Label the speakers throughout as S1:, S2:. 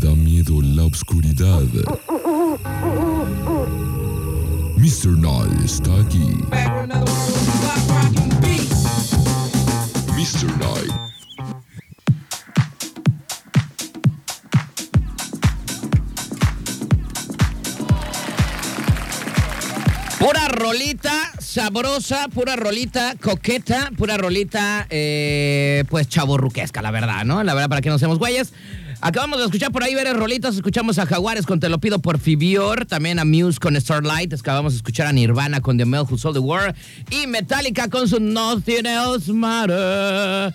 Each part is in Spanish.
S1: da miedo la oscuridad. Mr. Night está aquí. Mr. Night.
S2: Pura rolita sabrosa, pura rolita coqueta, pura rolita, eh, pues chaborruquesca, la verdad, ¿no? La verdad, para que no seamos güeyes. Acabamos de escuchar por ahí varias rolitas. Escuchamos a Jaguares con Te lo pido por Fibior. También a Muse con Starlight. Acabamos de escuchar a Nirvana con The Mel Who Sold the World. Y Metallica con su Nothing Else Matter.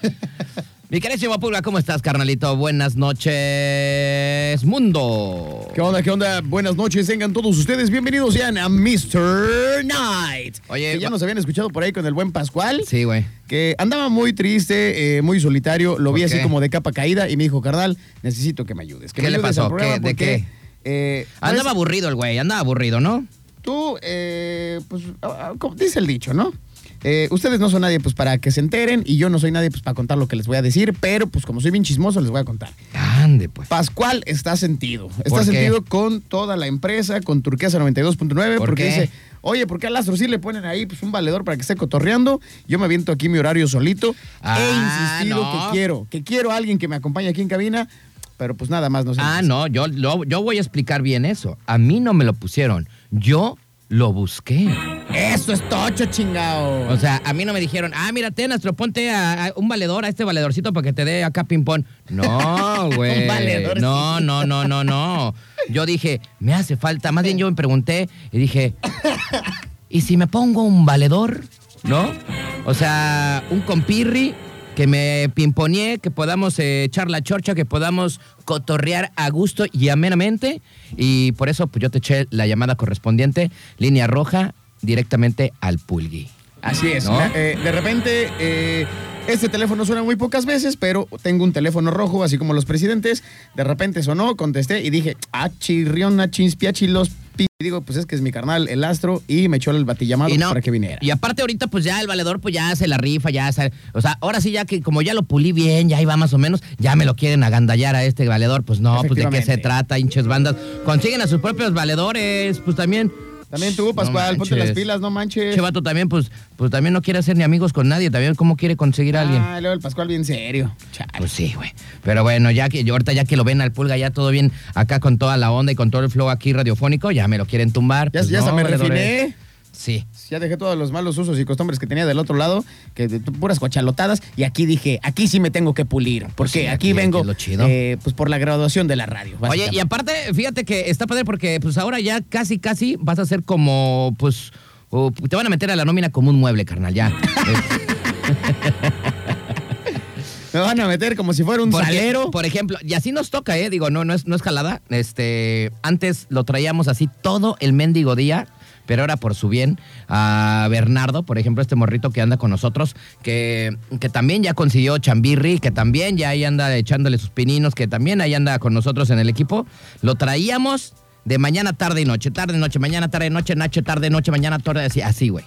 S2: Mi querísimo Pulga, ¿cómo estás, carnalito? Buenas noches, mundo.
S3: ¿Qué onda? ¿Qué onda? Buenas noches, tengan todos ustedes. Bienvenidos sean a Mr. Night.
S2: Oye,
S3: Que ya
S2: va-
S3: nos habían escuchado por ahí con el buen Pascual,
S2: Sí, güey.
S3: que andaba muy triste, eh, muy solitario. Lo vi
S2: ¿Por
S3: así
S2: qué?
S3: como de capa caída y me dijo, carnal, necesito que me ayudes. Que
S2: ¿Qué
S3: me
S2: le
S3: ayudes
S2: pasó?
S3: al programa
S2: ¿Qué- de
S3: porque,
S2: qué?
S3: eh, pues,
S2: Andaba aburrido el güey, andaba aburrido, ¿no?
S3: Tú, eh, pues, ah, ah, como dice el dicho, ¿no? Eh, ustedes no son nadie, pues, para que se enteren y yo no soy nadie, pues, para contar lo que les voy a decir, pero, pues, como soy bien chismoso, les voy a contar.
S2: Ande, pues.
S3: Pascual está sentido.
S2: ¿Por
S3: Está
S2: qué?
S3: sentido con toda la empresa, con Turquesa 92.9,
S2: ¿Por
S3: porque
S2: qué?
S3: dice, oye, ¿por qué al astro sí le ponen ahí pues, un valedor para que esté cotorreando? Yo me aviento aquí mi horario solito.
S2: Ah,
S3: He insistido
S2: no.
S3: que quiero, que quiero a alguien que me acompañe aquí en cabina, pero pues nada más no sé.
S2: Ah, no, yo, lo- yo voy a explicar bien eso. A mí no me lo pusieron, yo lo busqué.
S3: Eso es tocho, chingao.
S2: O sea, a mí no me dijeron, ah, mira, Tenastro, ponte a, a un valedor, a este valedorcito para que te dé acá ping-pong. No, güey.
S3: Un valedorcito.
S2: No, no, no, no, no. Yo dije, me hace falta. Más bien yo me pregunté y dije, ¿y si me pongo un valedor? ¿No? O sea, un compirri que me pimponee, que podamos eh, echar la chorcha, que podamos cotorrear a gusto y amenamente. Y por eso pues, yo te eché la llamada correspondiente, línea roja, directamente al pulgui.
S3: Así es.
S2: ¿No?
S3: La- eh, de repente, eh, este teléfono suena muy pocas veces, pero tengo un teléfono rojo, así como los presidentes. De repente sonó, contesté y dije, ah, chirrión, ah, chins, piachi, los pi-". Y digo, pues es que es mi carnal, el astro, y me echó el batillamado
S2: Y no,
S3: para que viniera.
S2: Y aparte ahorita pues ya el valedor pues ya se la rifa, ya se- o sea, ahora sí ya que como ya lo pulí bien, ya iba más o menos, ya me lo quieren agandallar a este valedor, pues no, pues de qué se
S3: Efectivamente.
S2: trata, hinches bandas. Consiguen a sus propios valedores, pues también
S3: También tú,
S2: No
S3: Pascual, ponte
S2: manches.
S3: las pilas, no manches.
S2: Che vato también pues pues también no quiere hacer ni amigos con nadie, también cómo quiere conseguir a alguien.
S3: Ah, luego el Pascual bien serio. Chale.
S2: Pues sí, güey. Pero bueno, ya que yo ahorita ya que lo ven al pulga ya todo bien acá con toda la onda y con todo el flow aquí radiofónico, ya me lo quieren tumbar.
S3: ya
S2: pues
S3: ya
S2: no,
S3: se me
S2: valedores.
S3: refiné.
S2: Sí.
S3: Pues Ya dejé todos los malos usos y costumbres que tenía del otro lado, que de tu- puras cochalotadas, y aquí dije, aquí sí me tengo que pulir, porque
S2: Pues sí, aquí-
S3: aquí,
S2: aquí
S3: vengo
S2: es lo chido.
S3: eh, pues por la graduación de la radio.
S2: Oye,
S3: básicamente.
S2: y aparte, fíjate que está padre porque pues ahora ya casi, casi vas a ser como, pues, o te van a meter a la nómina como un mueble, carnal, ya. Eh,
S3: Me van a meter como si fuera un
S2: porque,
S3: salero.
S2: Por ejemplo, y así nos toca, ¿eh? Digo, no, no es, no es jalada. Este, antes lo traíamos así todo el mendigo día. Pero ahora por su bien, a Bernardo, por ejemplo, este morrito que anda con nosotros, que, que también ya consiguió Chambirri, que también ya ahí anda echándole sus pininos, que también ahí anda con nosotros en el equipo. Lo traíamos de mañana, tarde y noche, tarde, noche, mañana, tarde, noche, noche, tarde, noche, mañana, tarde, así, así, güey.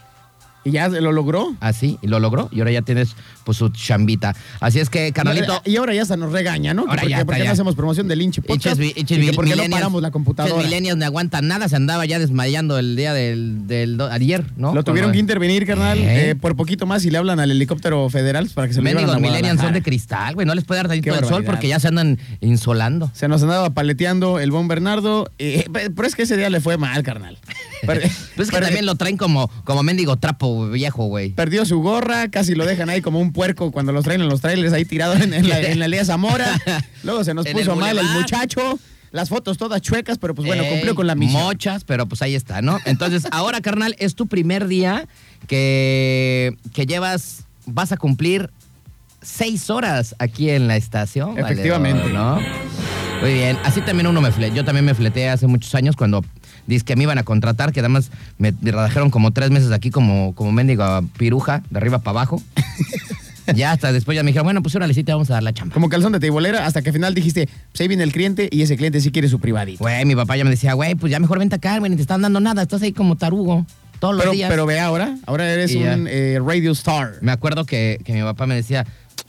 S3: Y ya lo logró.
S2: Así, y lo logró. Y ahora ya tienes pues su chambita. Así es que, carnalito.
S3: Y ahora ya hasta nos regaña, ¿no? Que
S2: Ahora
S3: porque
S2: ya está,
S3: porque
S2: ya.
S3: no hacemos promoción del hinche podcast. y que porque no paramos la
S2: Los
S3: computadora.
S2: milenios no aguantan nada, se andaba ya desmayando el día del, del do- ayer, ¿no?
S3: Lo tuvieron que
S2: Cuando-
S3: intervenir, carnal,
S2: ¿Eh?
S3: eh, por poquito más y le hablan al helicóptero federal para que se lo lleven a
S2: Mendigos millennials son
S3: Guadalajara.
S2: de cristal, güey, no les puede dar
S3: Qué
S2: tantito el sol
S3: barbaridad.
S2: porque ya se andan insolando.
S3: Se nos andaba paleteando el buen Bernardo, eh, pe- pero es que ese día le fue mal, carnal. Per-
S2: Pues es que
S3: per-
S2: también lo traen como, como mendigo trapo viejo, güey.
S3: Perdió su gorra, casi lo dejan ahí como un puerco cuando los traen en los trailers ahí tirados en, en la, en la Lía Zamora. Luego se nos
S2: En el
S3: puso mal el
S2: bulevar.
S3: muchacho. Las fotos todas chuecas, pero pues bueno,
S2: Ey,
S3: cumplió con la misión.
S2: Mochas, pero pues ahí está, ¿no? Entonces, ahora, carnal, es tu primer día que, que llevas, vas a cumplir seis horas aquí en la estación. valedor,
S3: Efectivamente.
S2: ¿no? Muy bien. Así también uno me fleteó. Yo también me fleteé hace muchos años cuando dice que me iban a contratar, que además me redajeron como tres meses aquí como, como mendigo a piruja, de arriba para abajo. ya hasta después ya me dijeron, bueno, pues ahora sí te vamos a dar la chamba.
S3: Como calzón de tibolera, hasta que al final dijiste, pues ahí viene el cliente y ese cliente sí quiere su privadito.
S2: Güey, mi papá ya me decía, güey, pues ya mejor vente acá, güey, ni te están dando nada, estás ahí como tarugo todos
S3: Pero,
S2: los días.
S3: pero ve ahora, ahora eres
S2: Y ya.
S3: un eh, radio star.
S2: me acuerdo que, que mi papá me decía,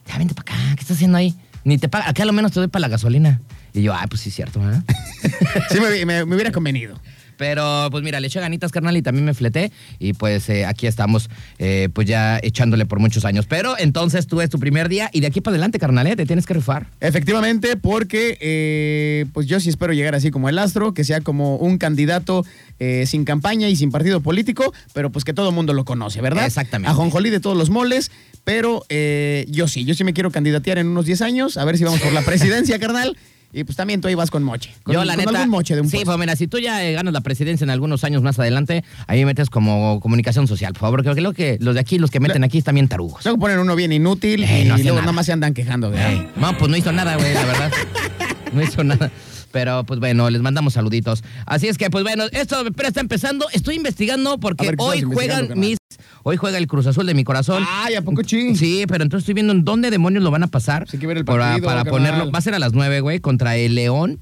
S2: ya vente para acá, ¿qué estás haciendo ahí? Ni te paga. Acá a lo menos te doy para la gasolina. Y yo, ah, pues sí, cierto, ¿verdad?
S3: Sí, me, me- me hubiera convenido.
S2: Pero pues mira, le eché ganitas, carnal, y también me fleté. Y pues eh, aquí estamos, eh, pues ya echándole por muchos años. Pero entonces tú es tu primer día y de aquí para adelante, carnal, ¿eh? te tienes que rifar.
S3: Efectivamente, porque eh, pues yo sí espero llegar así como el astro, que sea como un candidato eh, sin campaña y sin partido político, pero pues que todo el mundo lo conoce, ¿verdad?
S2: Exactamente.
S3: A Jonjolí de todos los moles, pero eh, yo sí, yo sí me quiero candidatear en unos 10 años, a ver si vamos por la presidencia, carnal. Y pues también tú ahí vas con moche. Con,
S2: Yo, la
S3: con
S2: neta.
S3: algún moche de un
S2: sí,
S3: puesto.
S2: pues mira, si tú ya eh, ganas la presidencia en algunos años más adelante, ahí me metes como comunicación social, por favor. Creo, creo que los de aquí, los que meten aquí, están bien tarugos.
S3: Luego ponen uno bien inútil
S2: Ey,
S3: y
S2: Eh, no hace
S3: luego
S2: nada.
S3: nada más se andan quejando de
S2: Ey, No, pues no hizo nada, güey, la verdad. No hizo nada. Pero pues bueno, les mandamos saluditos. Así es que pues bueno, esto apenas está empezando. Estoy investigando
S3: A
S2: porque
S3: ver, ¿qué
S2: hoy
S3: estás investigando,
S2: juegan
S3: carnal?
S2: mis hoy juega el Cruz Azul de mi corazón.
S3: Ay, ¿a poco sí?
S2: Sí, pero entonces estoy viendo en dónde demonios lo van a pasar.
S3: Pues hay que ver el
S2: para-
S3: partido,
S2: para
S3: carnal.
S2: ponerlo, va a ser a las 9, güey, contra el León.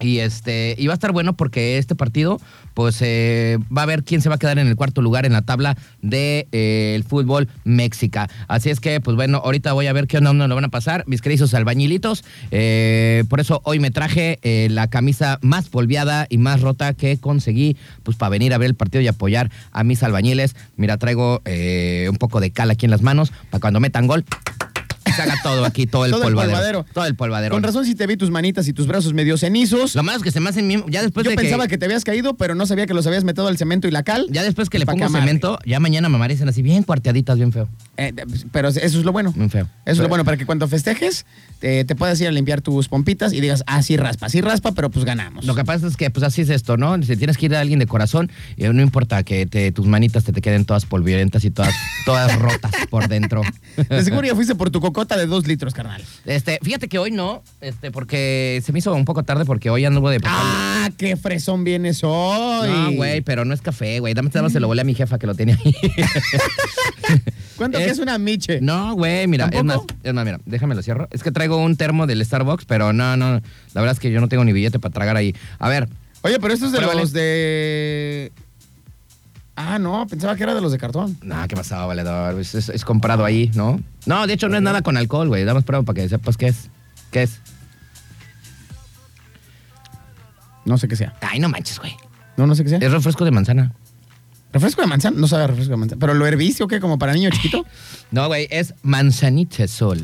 S2: Y este y va a estar bueno porque este partido pues eh, va a ver quién se va a quedar en el cuarto lugar en la tabla de, eh, el fútbol mexica. Así es que pues bueno, ahorita voy a ver qué onda nos lo van a pasar mis queridos albañilitos. Eh, por eso hoy me traje eh, la camisa más polviada y más rota que conseguí pues para venir a ver el partido y apoyar a mis albañiles. Mira, traigo eh, un poco de cal aquí en las manos para cuando metan gol. Se haga todo aquí, todo el
S3: Todo el
S2: polvadero.
S3: polvadero.
S2: Todo el polvadero.
S3: Con razón si te vi tus manitas y tus brazos medio cenizos.
S2: Lo malo es que se me hacen bien- Ya después
S3: yo
S2: pues de
S3: pensaba
S2: que,
S3: que... te habías caído, pero no sabía que los habías metido al cemento y la cal. Pues,
S2: Ya después que le
S3: Pa'
S2: pongo
S3: amarre.
S2: cemento, ya mañana me amanecen así bien cuarteaditas, bien feo.
S3: Eh, de- pues, pero eso es lo bueno.
S2: Bien feo.
S3: Eso es
S2: Pero-
S3: lo bueno, para que cuando festejes eh, te puedas ir a limpiar tus pompitas y digas, ah, sí raspa, sí raspa, pero pues ganamos.
S2: Lo que pasa es que, pues así es esto, ¿no? Si tienes que ir a alguien de corazón, y no importa que te- tus manitas te, te queden todas polviolentas y todas, todas rotas por dentro.
S3: De seguro ya fuiste por tu cocota de dos litros, carnal.
S2: Este, fíjate que hoy no, este, porque se me hizo un poco tarde porque hoy anduvo de pastel.
S3: ¡Ah, qué fresón vienes hoy!
S2: No, güey, pero no es café, güey. Dame, dame, se lo volé a mi jefa que lo tenía ahí.
S3: ¿Cuánto que
S2: Es-
S3: es una miche?
S2: No, güey, mira, es más,
S3: ¿Tampoco?
S2: es más, mira, déjame lo cierro. Es que traigo un termo del Starbucks, pero no, no, la verdad es que yo no tengo ni billete para tragar ahí. A ver,
S3: Oye, pero estos de
S2: Pruébale.
S3: los de... Ah, no, pensaba que era de los de cartón.
S2: no, ¿qué pasaba, valedor? Es, es- es comprado ahí, ¿no? No, de hecho no es nada con alcohol, güey. Damos prueba para que sepas qué es. ¿Qué es?
S3: No sé qué sea.
S2: Ay, no manches, güey.
S3: No, no sé qué sea.
S2: Es refresco de manzana.
S3: ¿Refresco de manzana? No sabe a refresco de manzana. ¿Pero lo herviste o qué? ¿Como para niño chiquito?
S2: No, güey, es manzanita sol.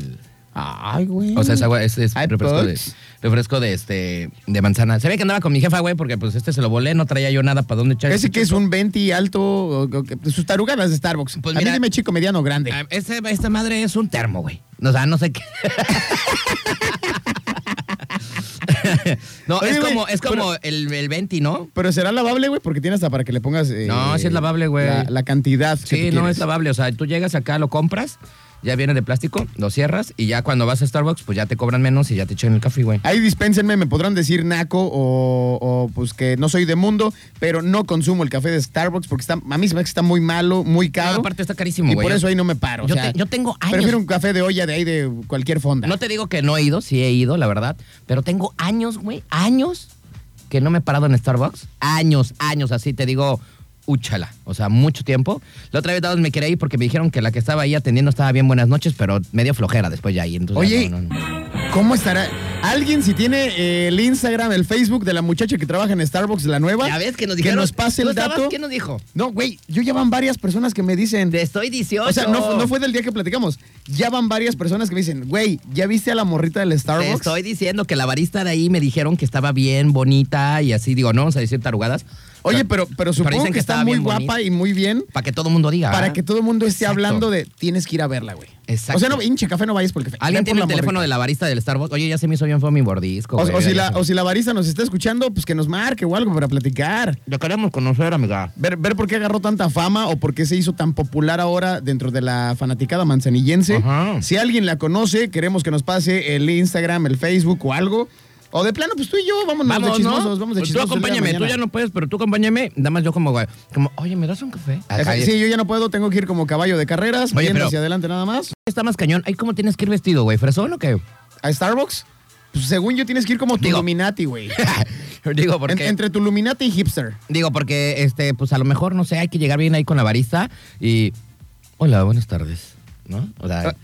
S3: Ay, güey.
S2: O sea, es agua, es, es
S3: Ay,
S2: refresco de,
S3: puts.
S2: refresco de este de manzana. Se ve que andaba con mi jefa, güey, porque pues este se lo volé, no traía yo nada para dónde echar.
S3: Ese que es un 20 alto, o- o que- sus tarugadas de Starbucks.
S2: Pues
S3: a mí
S2: mira-
S3: dime chico, mediano, grande.
S2: Ah, ese- esta madre es un termo, güey. O sea, no sé qué. no,
S3: Oye,
S2: es
S3: güey,
S2: como, es como el, el 20, ¿no?
S3: Pero será lavable, güey, porque tiene hasta para que le pongas. eh,
S2: No, sí es lavable, güey.
S3: La, la cantidad. que
S2: Sí,
S3: tú
S2: no
S3: quieres.
S2: es lavable. O sea, tú llegas acá, lo compras, ya viene de plástico, lo cierras y ya cuando vas a Starbucks, pues ya te cobran menos y ya te echan el café, güey.
S3: Ahí dispénsenme, me podrán decir naco o, o, pues que no soy de mundo, pero no consumo el café de Starbucks porque está, a mí se me hace que está muy malo, muy caro.
S2: No, aparte está carísimo,
S3: y
S2: güey.
S3: por eso ahí no me paro. o
S2: Yo
S3: sea,
S2: te- yo tengo años.
S3: Prefiero un café de olla de ahí de cualquier fonda.
S2: No te digo que no he ido, sí he ido, la verdad. Pero tengo años, güey, años que no me he parado en Starbucks. Años, años, así te digo, úchala. O sea, mucho tiempo. La otra vez dados me quería ir porque me dijeron que la que estaba ahí atendiendo estaba bien buenas noches, pero medio flojera después Pues ya ir. Entonces,
S3: Oye,
S2: no, no, no.
S3: ¿cómo estará? Alguien si tiene eh, el Instagram, el Facebook de la muchacha que trabaja en Starbucks, la nueva.
S2: Ya ves que nos dijeron.
S3: nos pase
S2: ¿Tú
S3: el
S2: estabas?
S3: dato.
S2: ¿Quién nos dijo?
S3: No, güey, yo ya van varias personas que me dicen.
S2: Te estoy 18.
S3: O sea, no, fu- no fue del día que platicamos. Ya van varias personas que me dicen, güey, ¿ya viste a la morrita del
S2: Te
S3: Starbucks?
S2: estoy diciendo que la barista de ahí me dijeron que estaba bien bonita y así, digo, no vamos a decir tarugadas.
S3: Oye, pero, pero supongo
S2: dicen
S3: que, está
S2: estaba
S3: muy
S2: bien
S3: guapa
S2: bonita.
S3: y muy bien
S2: Para que todo el mundo diga.
S3: para
S2: ¿verdad?
S3: que todo el mundo esté
S2: Exacto.
S3: hablando de tienes que ir a verla, güey.
S2: Exacto.
S3: O sea, no, hinche café, no vayas por el café.
S2: ¿Alguien
S3: Ve por
S2: tiene
S3: la
S2: el teléfono
S3: morrita.
S2: de la barista del Starbucks? Oye, ya se me hizo bien feo mi bordisco.
S3: O, o
S2: güey.
S3: si
S2: Ya
S3: la,
S2: se-
S3: o si la barista nos está escuchando, pues que nos marque o algo para platicar.
S2: Lo queremos conocer, amiga.
S3: Ver, ver por qué agarró tanta fama o por qué se hizo tan popular ahora dentro de la fanaticada manzanillense.
S2: Ajá.
S3: Si alguien la conoce, queremos que nos pase el Instagram, el Facebook o algo. O de plano, pues tú y yo, vámonos Pues de chismosos, vamos de
S2: pues Tú
S3: chismosos. el día de
S2: acompáñame, tú
S3: mañana.
S2: ya no puedes, pero tú acompáñame. Nada más yo como, güey, como, oye, ¿me das un café? Acá,
S3: Efe- Sí, yo ya no puedo, tengo que ir como caballo de carreras,
S2: Oye,
S3: viendo
S2: pero-
S3: hacia adelante nada más.
S2: Está más cañón. Ay, ¿cómo tienes que ir vestido, güey? ¿Fresón o qué?
S3: A Starbucks, pues según yo tienes que ir como tu
S2: Digo-
S3: Illuminati, güey.
S2: digo,
S3: En-
S2: porque...
S3: entre tu Illuminati y hipster.
S2: Digo, porque, este, pues a lo mejor, no sé, hay que llegar bien ahí con la barista y... Hola, buenas tardes. ¿no? O sea,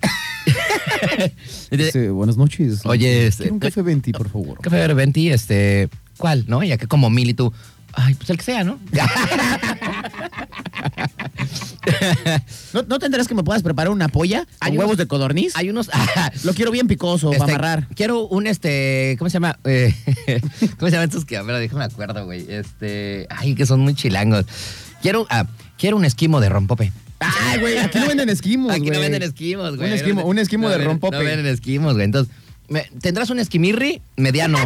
S3: Dice, buenas noches.
S2: Oye, este-
S3: Quiero un café venti, por favor.
S2: café de Venti, este, ¿cuál, no? Ya que como mil y tú, ay, pues el que sea, ¿no?
S3: ¿No, no tendrás que me puedas preparar una polla con
S2: Hay unos-
S3: huevos de codorniz?
S2: Hay unos...
S3: Lo quiero bien picoso,
S2: Este,
S3: para amarrar.
S2: Quiero un este. ¿Cómo se llama? Eh, ¿Cómo se llaman estos que? A ver, déjame acuerdo, güey. Este. Ay, que son muy chilangos. Quiero, ah, quiero un esquimo de rompope.
S3: Ay, güey, aquí no venden esquimos,
S2: Aquí no
S3: güey.
S2: venden esquimos, güey.
S3: Un esquimo,
S2: No-
S3: un esquimo
S2: no
S3: de
S2: ven-
S3: rompope.
S2: No venden esquimos, güey. Entonces, me- tendrás un esquimirri mediano.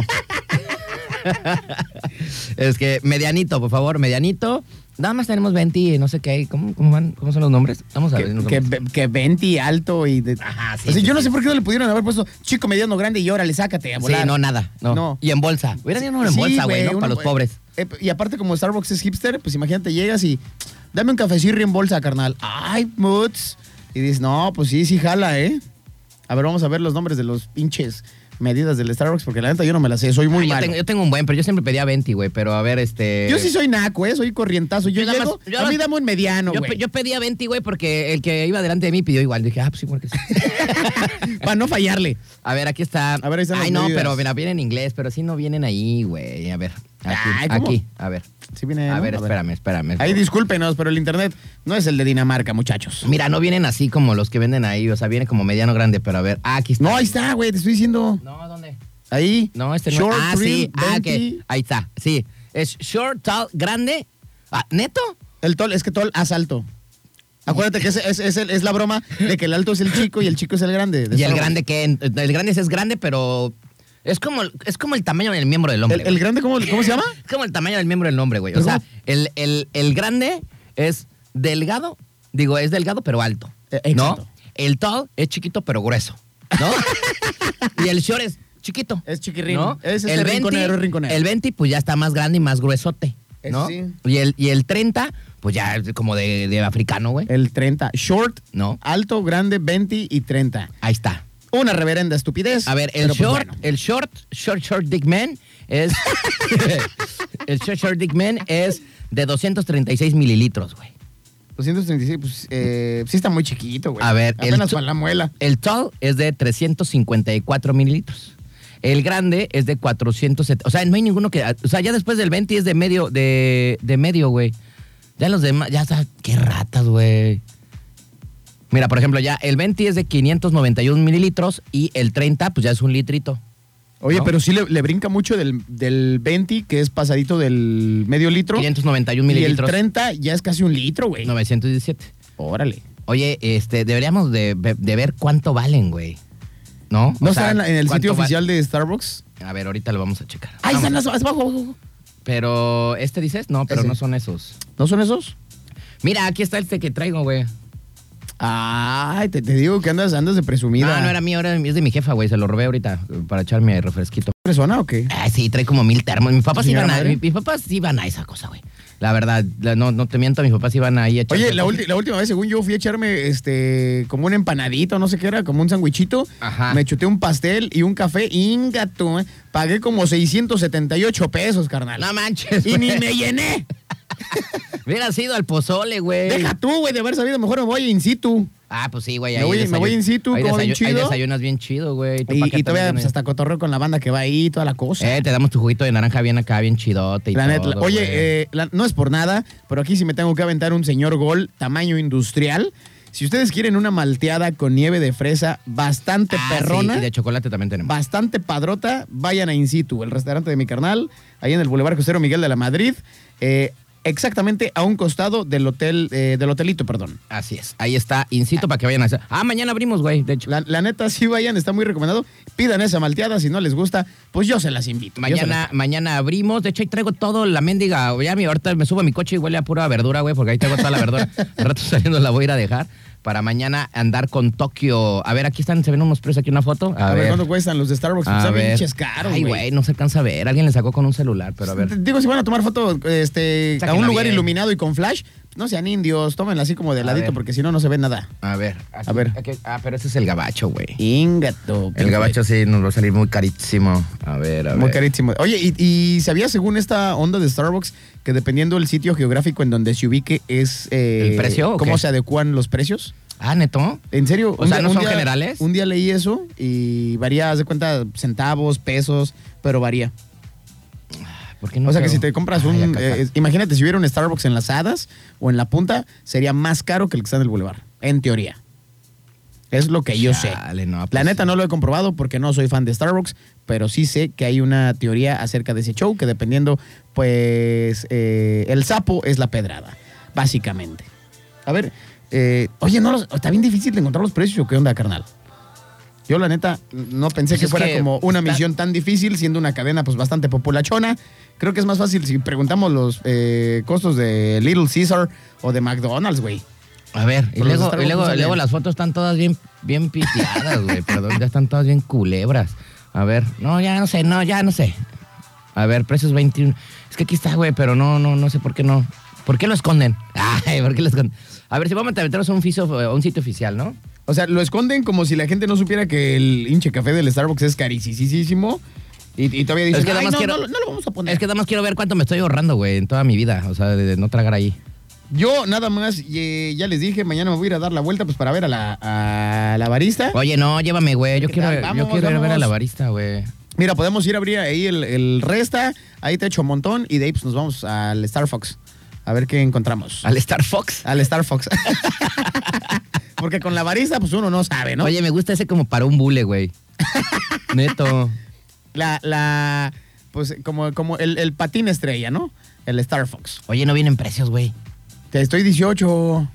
S2: es que, medianito, por favor, medianito. Nada más tenemos 20 y no sé qué. ¿Cómo, cómo, van, ¿Cómo son los nombres? Vamos a ver. los
S3: Que,
S2: nombres.
S3: que, que venti alto y de.
S2: Ajá, sí,
S3: O sea,
S2: sí,
S3: yo no
S2: sí.
S3: sé por qué no le pudieron haber puesto chico, mediano, grande y órale, sácate a
S2: Sí,
S3: volar.
S2: no, nada. No.
S3: No.
S2: Y en bolsa. Hubiera sido uno en
S3: Sí,
S2: bolsa, güey, ¿no?
S3: uno,
S2: Para los
S3: eh,
S2: pobres.
S3: eh, y aparte, como Starbucks es hipster, pues imagínate, llegas y dame un cafecirri en bolsa, carnal. Ay, muts. Y dices, no, pues sí, sí jala, ¿eh? A ver, vamos a ver los nombres de los pinches medidas del Starbucks, porque la neta yo no me las sé, soy muy
S2: Ah, yo,
S3: malo.
S2: tengo, yo tengo un buen, pero yo siempre pedía 20, güey. Pero a ver, este.
S3: Yo sí soy naco, ¿eh? Soy corrientazo. Yo,
S2: Yo nada
S3: llego,
S2: más- yo
S3: a
S2: nada
S3: mí
S2: más-
S3: dame un mediano,
S2: yo,
S3: güey.
S2: pe- yo pedía 20, güey, porque el que iba delante de mí pidió igual. Dije, ah, pues sí, porque sí.
S3: Para no fallarle.
S2: A ver, aquí está.
S3: A ver, ahí están
S2: Ay,
S3: las
S2: no,
S3: medidas.
S2: pero mira, viene en inglés, pero sí no vienen ahí, güey. A ver. Aquí,
S3: Ay, ¿cómo?
S2: aquí, a ver.
S3: Sí viene,
S2: a
S3: ¿no?
S2: ver,
S3: A ver.
S2: espérame, espérame.
S3: Ahí discúlpenos, pero el internet no es el de Dinamarca, muchachos.
S2: Mira, no vienen así como los que venden ahí. O sea, viene como mediano grande, pero a ver. Ah, aquí está.
S3: No, ahí está, güey, te estoy diciendo.
S2: No, ¿dónde?
S3: Ahí.
S2: No, este no.
S3: Short
S2: ah,
S3: trim,
S2: sí. Ah, que-
S3: 20.
S2: Ahí está. Sí. Es short, tall, grande. Ah, ¿Neto?
S3: El tol, es que tol asalto. Acuérdate que es, es, es el- es la broma de que el alto es el chico y el chico es el grande.
S2: Y el grande que el grande sí es grande, pero es como es como el tamaño del miembro del hombre.
S3: ¿El, el
S2: güey.
S3: grande cómo, cómo se llama?
S2: Es como el tamaño del miembro del hombre, güey. O
S3: Pero
S2: sea,
S3: ¿cómo?
S2: el, el- el grande es delgado, digo, es delgado pero alto.
S3: Eh, exacto.
S2: ¿No? El tall es chiquito pero grueso, ¿no? y el short es chiquito.
S3: Es chiquirrín.
S2: ¿no?
S3: Es este rinconero, es rinconero.
S2: El 20 pues ya está más grande y más gruesote,
S3: Ese
S2: ¿no?
S3: Eh, sí.
S2: Y el y el 30 pues ya es como de, de africano, güey.
S3: El 30. Short,
S2: No.
S3: alto, grande, 20 y 30.
S2: Ahí está.
S3: Una reverenda estupidez.
S2: A ver, el
S3: pero pues
S2: short,
S3: bueno.
S2: el short, short, short dick man es. el short, short dick man es de 236 mililitros, güey.
S3: 236, pues eh, sí está muy chiquito, güey.
S2: A ver, el
S3: Apenas
S2: tu-
S3: para la muela.
S2: El tall es de 354 mililitros. El grande es de 470. O sea, no hay ninguno que. O sea, ya después del 20 es de medio, de, de medio, güey. Ya los demás, ya está. Qué ratas, güey. Mira, por ejemplo, ya el 20 es de 591 mililitros y el 30, pues ya es un litrito.
S3: Oye,
S2: ¿no?
S3: pero sí le, le brinca mucho del, del 20, que es pasadito del medio litro.
S2: 591
S3: Y el
S2: mililitros.
S3: 30 ya es casi un litro, güey.
S2: 917.
S3: Órale.
S2: Oye, este, deberíamos de, de ver cuánto valen, güey. ¿No?
S3: ¿No
S2: O sea,
S3: estarán en el
S2: cuánto
S3: sitio
S2: va-
S3: oficial de Starbucks?
S2: A ver, ahorita lo vamos a checar.
S3: Ahí
S2: Vamos.
S3: están las abajo, abajo.
S2: Pero, ¿este dices? No, pero
S3: Ese.
S2: no son esos.
S3: ¿No son esos?
S2: Mira, aquí está este que traigo, güey.
S3: Ay, te, te digo que andas, andas de presumida.
S2: Ah, No, no era mío, era, es de mi jefa, güey. Se lo robé ahorita eh, para echarme refresquito.
S3: persona o qué?
S2: Ah, sí, trae como mil termos. Mis papás
S3: ¿Tu señora
S2: iban a,
S3: madre?
S2: mis papás iban a esa cosa, güey. La verdad, la- no, no te miento, mis papás iban ahí a echar.
S3: Oye, la, ulti- la última vez, según yo, fui a echarme este como un empanadito, no sé qué era, como un sandwichito.
S2: Ajá.
S3: Me chuté un pastel y un café. Ingato, eh. Pagué como 678 pesos, carnal.
S2: No manches.
S3: y
S2: güey.
S3: ni me llené.
S2: Hubiera sido al pozole, güey.
S3: Deja tú, güey, de haber sabido. Mejor me voy in situ.
S2: Ah, pues sí, güey.
S3: Me
S2: ahí
S3: voy- me
S2: desayun-
S3: voy in situ,
S2: ahí
S3: como bien
S2: desayu- ahí
S3: chido.
S2: desayunas bien chido, güey. ¿Tú pa'
S3: Y,
S2: qué
S3: y todavía
S2: también-
S3: pues, hasta cotorreo con la banda que va ahí, toda la cosa.
S2: Eh, te damos tu juguito de naranja bien acá, bien chidote y
S3: La neta,
S2: todo,
S3: la- oye,
S2: güey.
S3: eh, la- no es por nada, pero aquí sí me tengo que aventar un señor gol tamaño industrial. Si ustedes quieren una malteada con nieve de fresa bastante
S2: Ah, sí,
S3: perrona,
S2: y de chocolate también tenemos.
S3: bastante padrota, vayan a In Situ, el restaurante de mi carnal, ahí en el Boulevard Costero Miguel de la Madrid, eh, exactamente a un costado del hotel, eh, del hotelito, perdón.
S2: Así es. Ahí está, incito para que vayan a hacer. Ah, mañana abrimos, güey, de hecho.
S3: La, la neta, sí vayan, está muy recomendado. Pidan esa malteada, si no les gusta, pues yo se las invito. yo se las-
S2: Mañana, mañana abrimos. De hecho, ahí traigo todo la mendiga. Ya mi, ahorita me subo a mi coche y huele a pura verdura, güey, porque ahí traigo toda la verdura. Al rato saliendo la voy a ir a dejar para mañana andar con Tokio. A ver, aquí están, se ven unos precios, aquí una foto. A, Pues,
S3: A, ver, cuánto cuestan los de Starbucks,
S2: a
S3: están
S2: ver.
S3: pinches caros,
S2: Ay, güey, no se alcanza a ver. Alguien le sacó con un celular, pero a ver.
S3: Digo, si van a tomar foto este, a
S2: Sáquenla
S3: un lugar
S2: bien.
S3: iluminado y con flash, no sean indios, tómenla así como de
S2: A
S3: ladito
S2: ver.
S3: porque si no, no se ve nada.
S2: A ver. aquí-
S3: A ver.
S2: aquí- ah, pero ese es el gabacho, güey.
S3: Ingato.
S2: El gabacho sí nos va a salir muy carísimo. A ver, a ver.
S3: Muy carísimo. Oye, ¿y, y sabías según esta onda de Starbucks que dependiendo del sitio geográfico en donde se ubique es... eh,
S2: ¿El precio o
S3: ¿Cómo
S2: qué?
S3: se adecuan los precios?
S2: Ah, neto.
S3: En serio.
S2: O sea, ¿no son generales?
S3: Un día leí eso y varía, haz de cuenta, centavos, pesos, pero varía.
S2: ¿Por qué no
S3: o sea, que
S2: creo?
S3: si te compras
S2: Ay,
S3: un...
S2: acá está.
S3: eh, eh, imagínate, si hubiera un Starbucks en las hadas o en la punta, sería más caro que el que está en el boulevard, en teoría. Es lo que yo sé.
S2: Chale, no,
S3: La
S2: pues
S3: neta
S2: sí.
S3: no lo he comprobado porque no soy fan de Starbucks, pero sí sé que hay una teoría acerca de ese show que dependiendo, pues, eh, el sapo es la pedrada, básicamente. A ver, eh, oye, no los- está bien difícil de encontrar los precios o qué onda, carnal. Yo la neta no pensé
S2: Pues
S3: que
S2: es
S3: fuera
S2: que
S3: como una
S2: está-
S3: misión tan difícil, siendo una cadena pues bastante populachona. Creo que es más fácil si preguntamos los eh, costos de Little Caesar o de McDonald's, güey.
S2: A ver, y
S3: Pero los
S2: luego,
S3: Starbucks
S2: y luego,
S3: no
S2: y luego
S3: sabían.
S2: las fotos están todas bien, bien piteadas, güey. Perdón, ya están todas bien culebras. A ver, no, ya no sé, no, ya no sé. A ver, precios 21. Es que aquí está, güey, pero no, no, no sé por qué no. ¿Por qué lo esconden? Ay, ¿por qué lo esconden? A ver, si vamos a meternos a un, fiso- a un sitio oficial, ¿no?
S3: O sea, lo esconden como si la gente no supiera que el hinche café del Starbucks es carísimo. Y, y todavía dicen,
S2: Es que nada
S3: "Ay,
S2: más
S3: no,
S2: quiero-
S3: no, lo- no lo vamos a poner.
S2: Es que nada más quiero ver cuánto me estoy ahorrando, güey, en toda mi vida. O sea, de, de no tragar ahí.
S3: Yo nada más, eh, ya les dije, mañana me voy a ir a dar la vuelta pues para ver a la, a la barista.
S2: Oye, no, llévame, güey. Yo
S3: ¿Qué
S2: quiero,
S3: tal?
S2: yo
S3: Vamos,
S2: quiero ir a ver a
S3: vamos.
S2: la barista, güey.
S3: Mira, podemos ir a abrir ahí el, el resta, ahí te echo un montón y de ahí pues nos vamos al Star Fox. A ver qué encontramos.
S2: ¿Al Star Fox?
S3: Al Star Fox. Porque con la barista pues uno no sabe, ¿no?
S2: Oye, me gusta ese como para un bule, güey. Neto.
S3: La, la, pues como, como el, el patín estrella, ¿no? El Star Fox.
S2: Oye, no vienen precios, güey.
S3: Te estoy 18.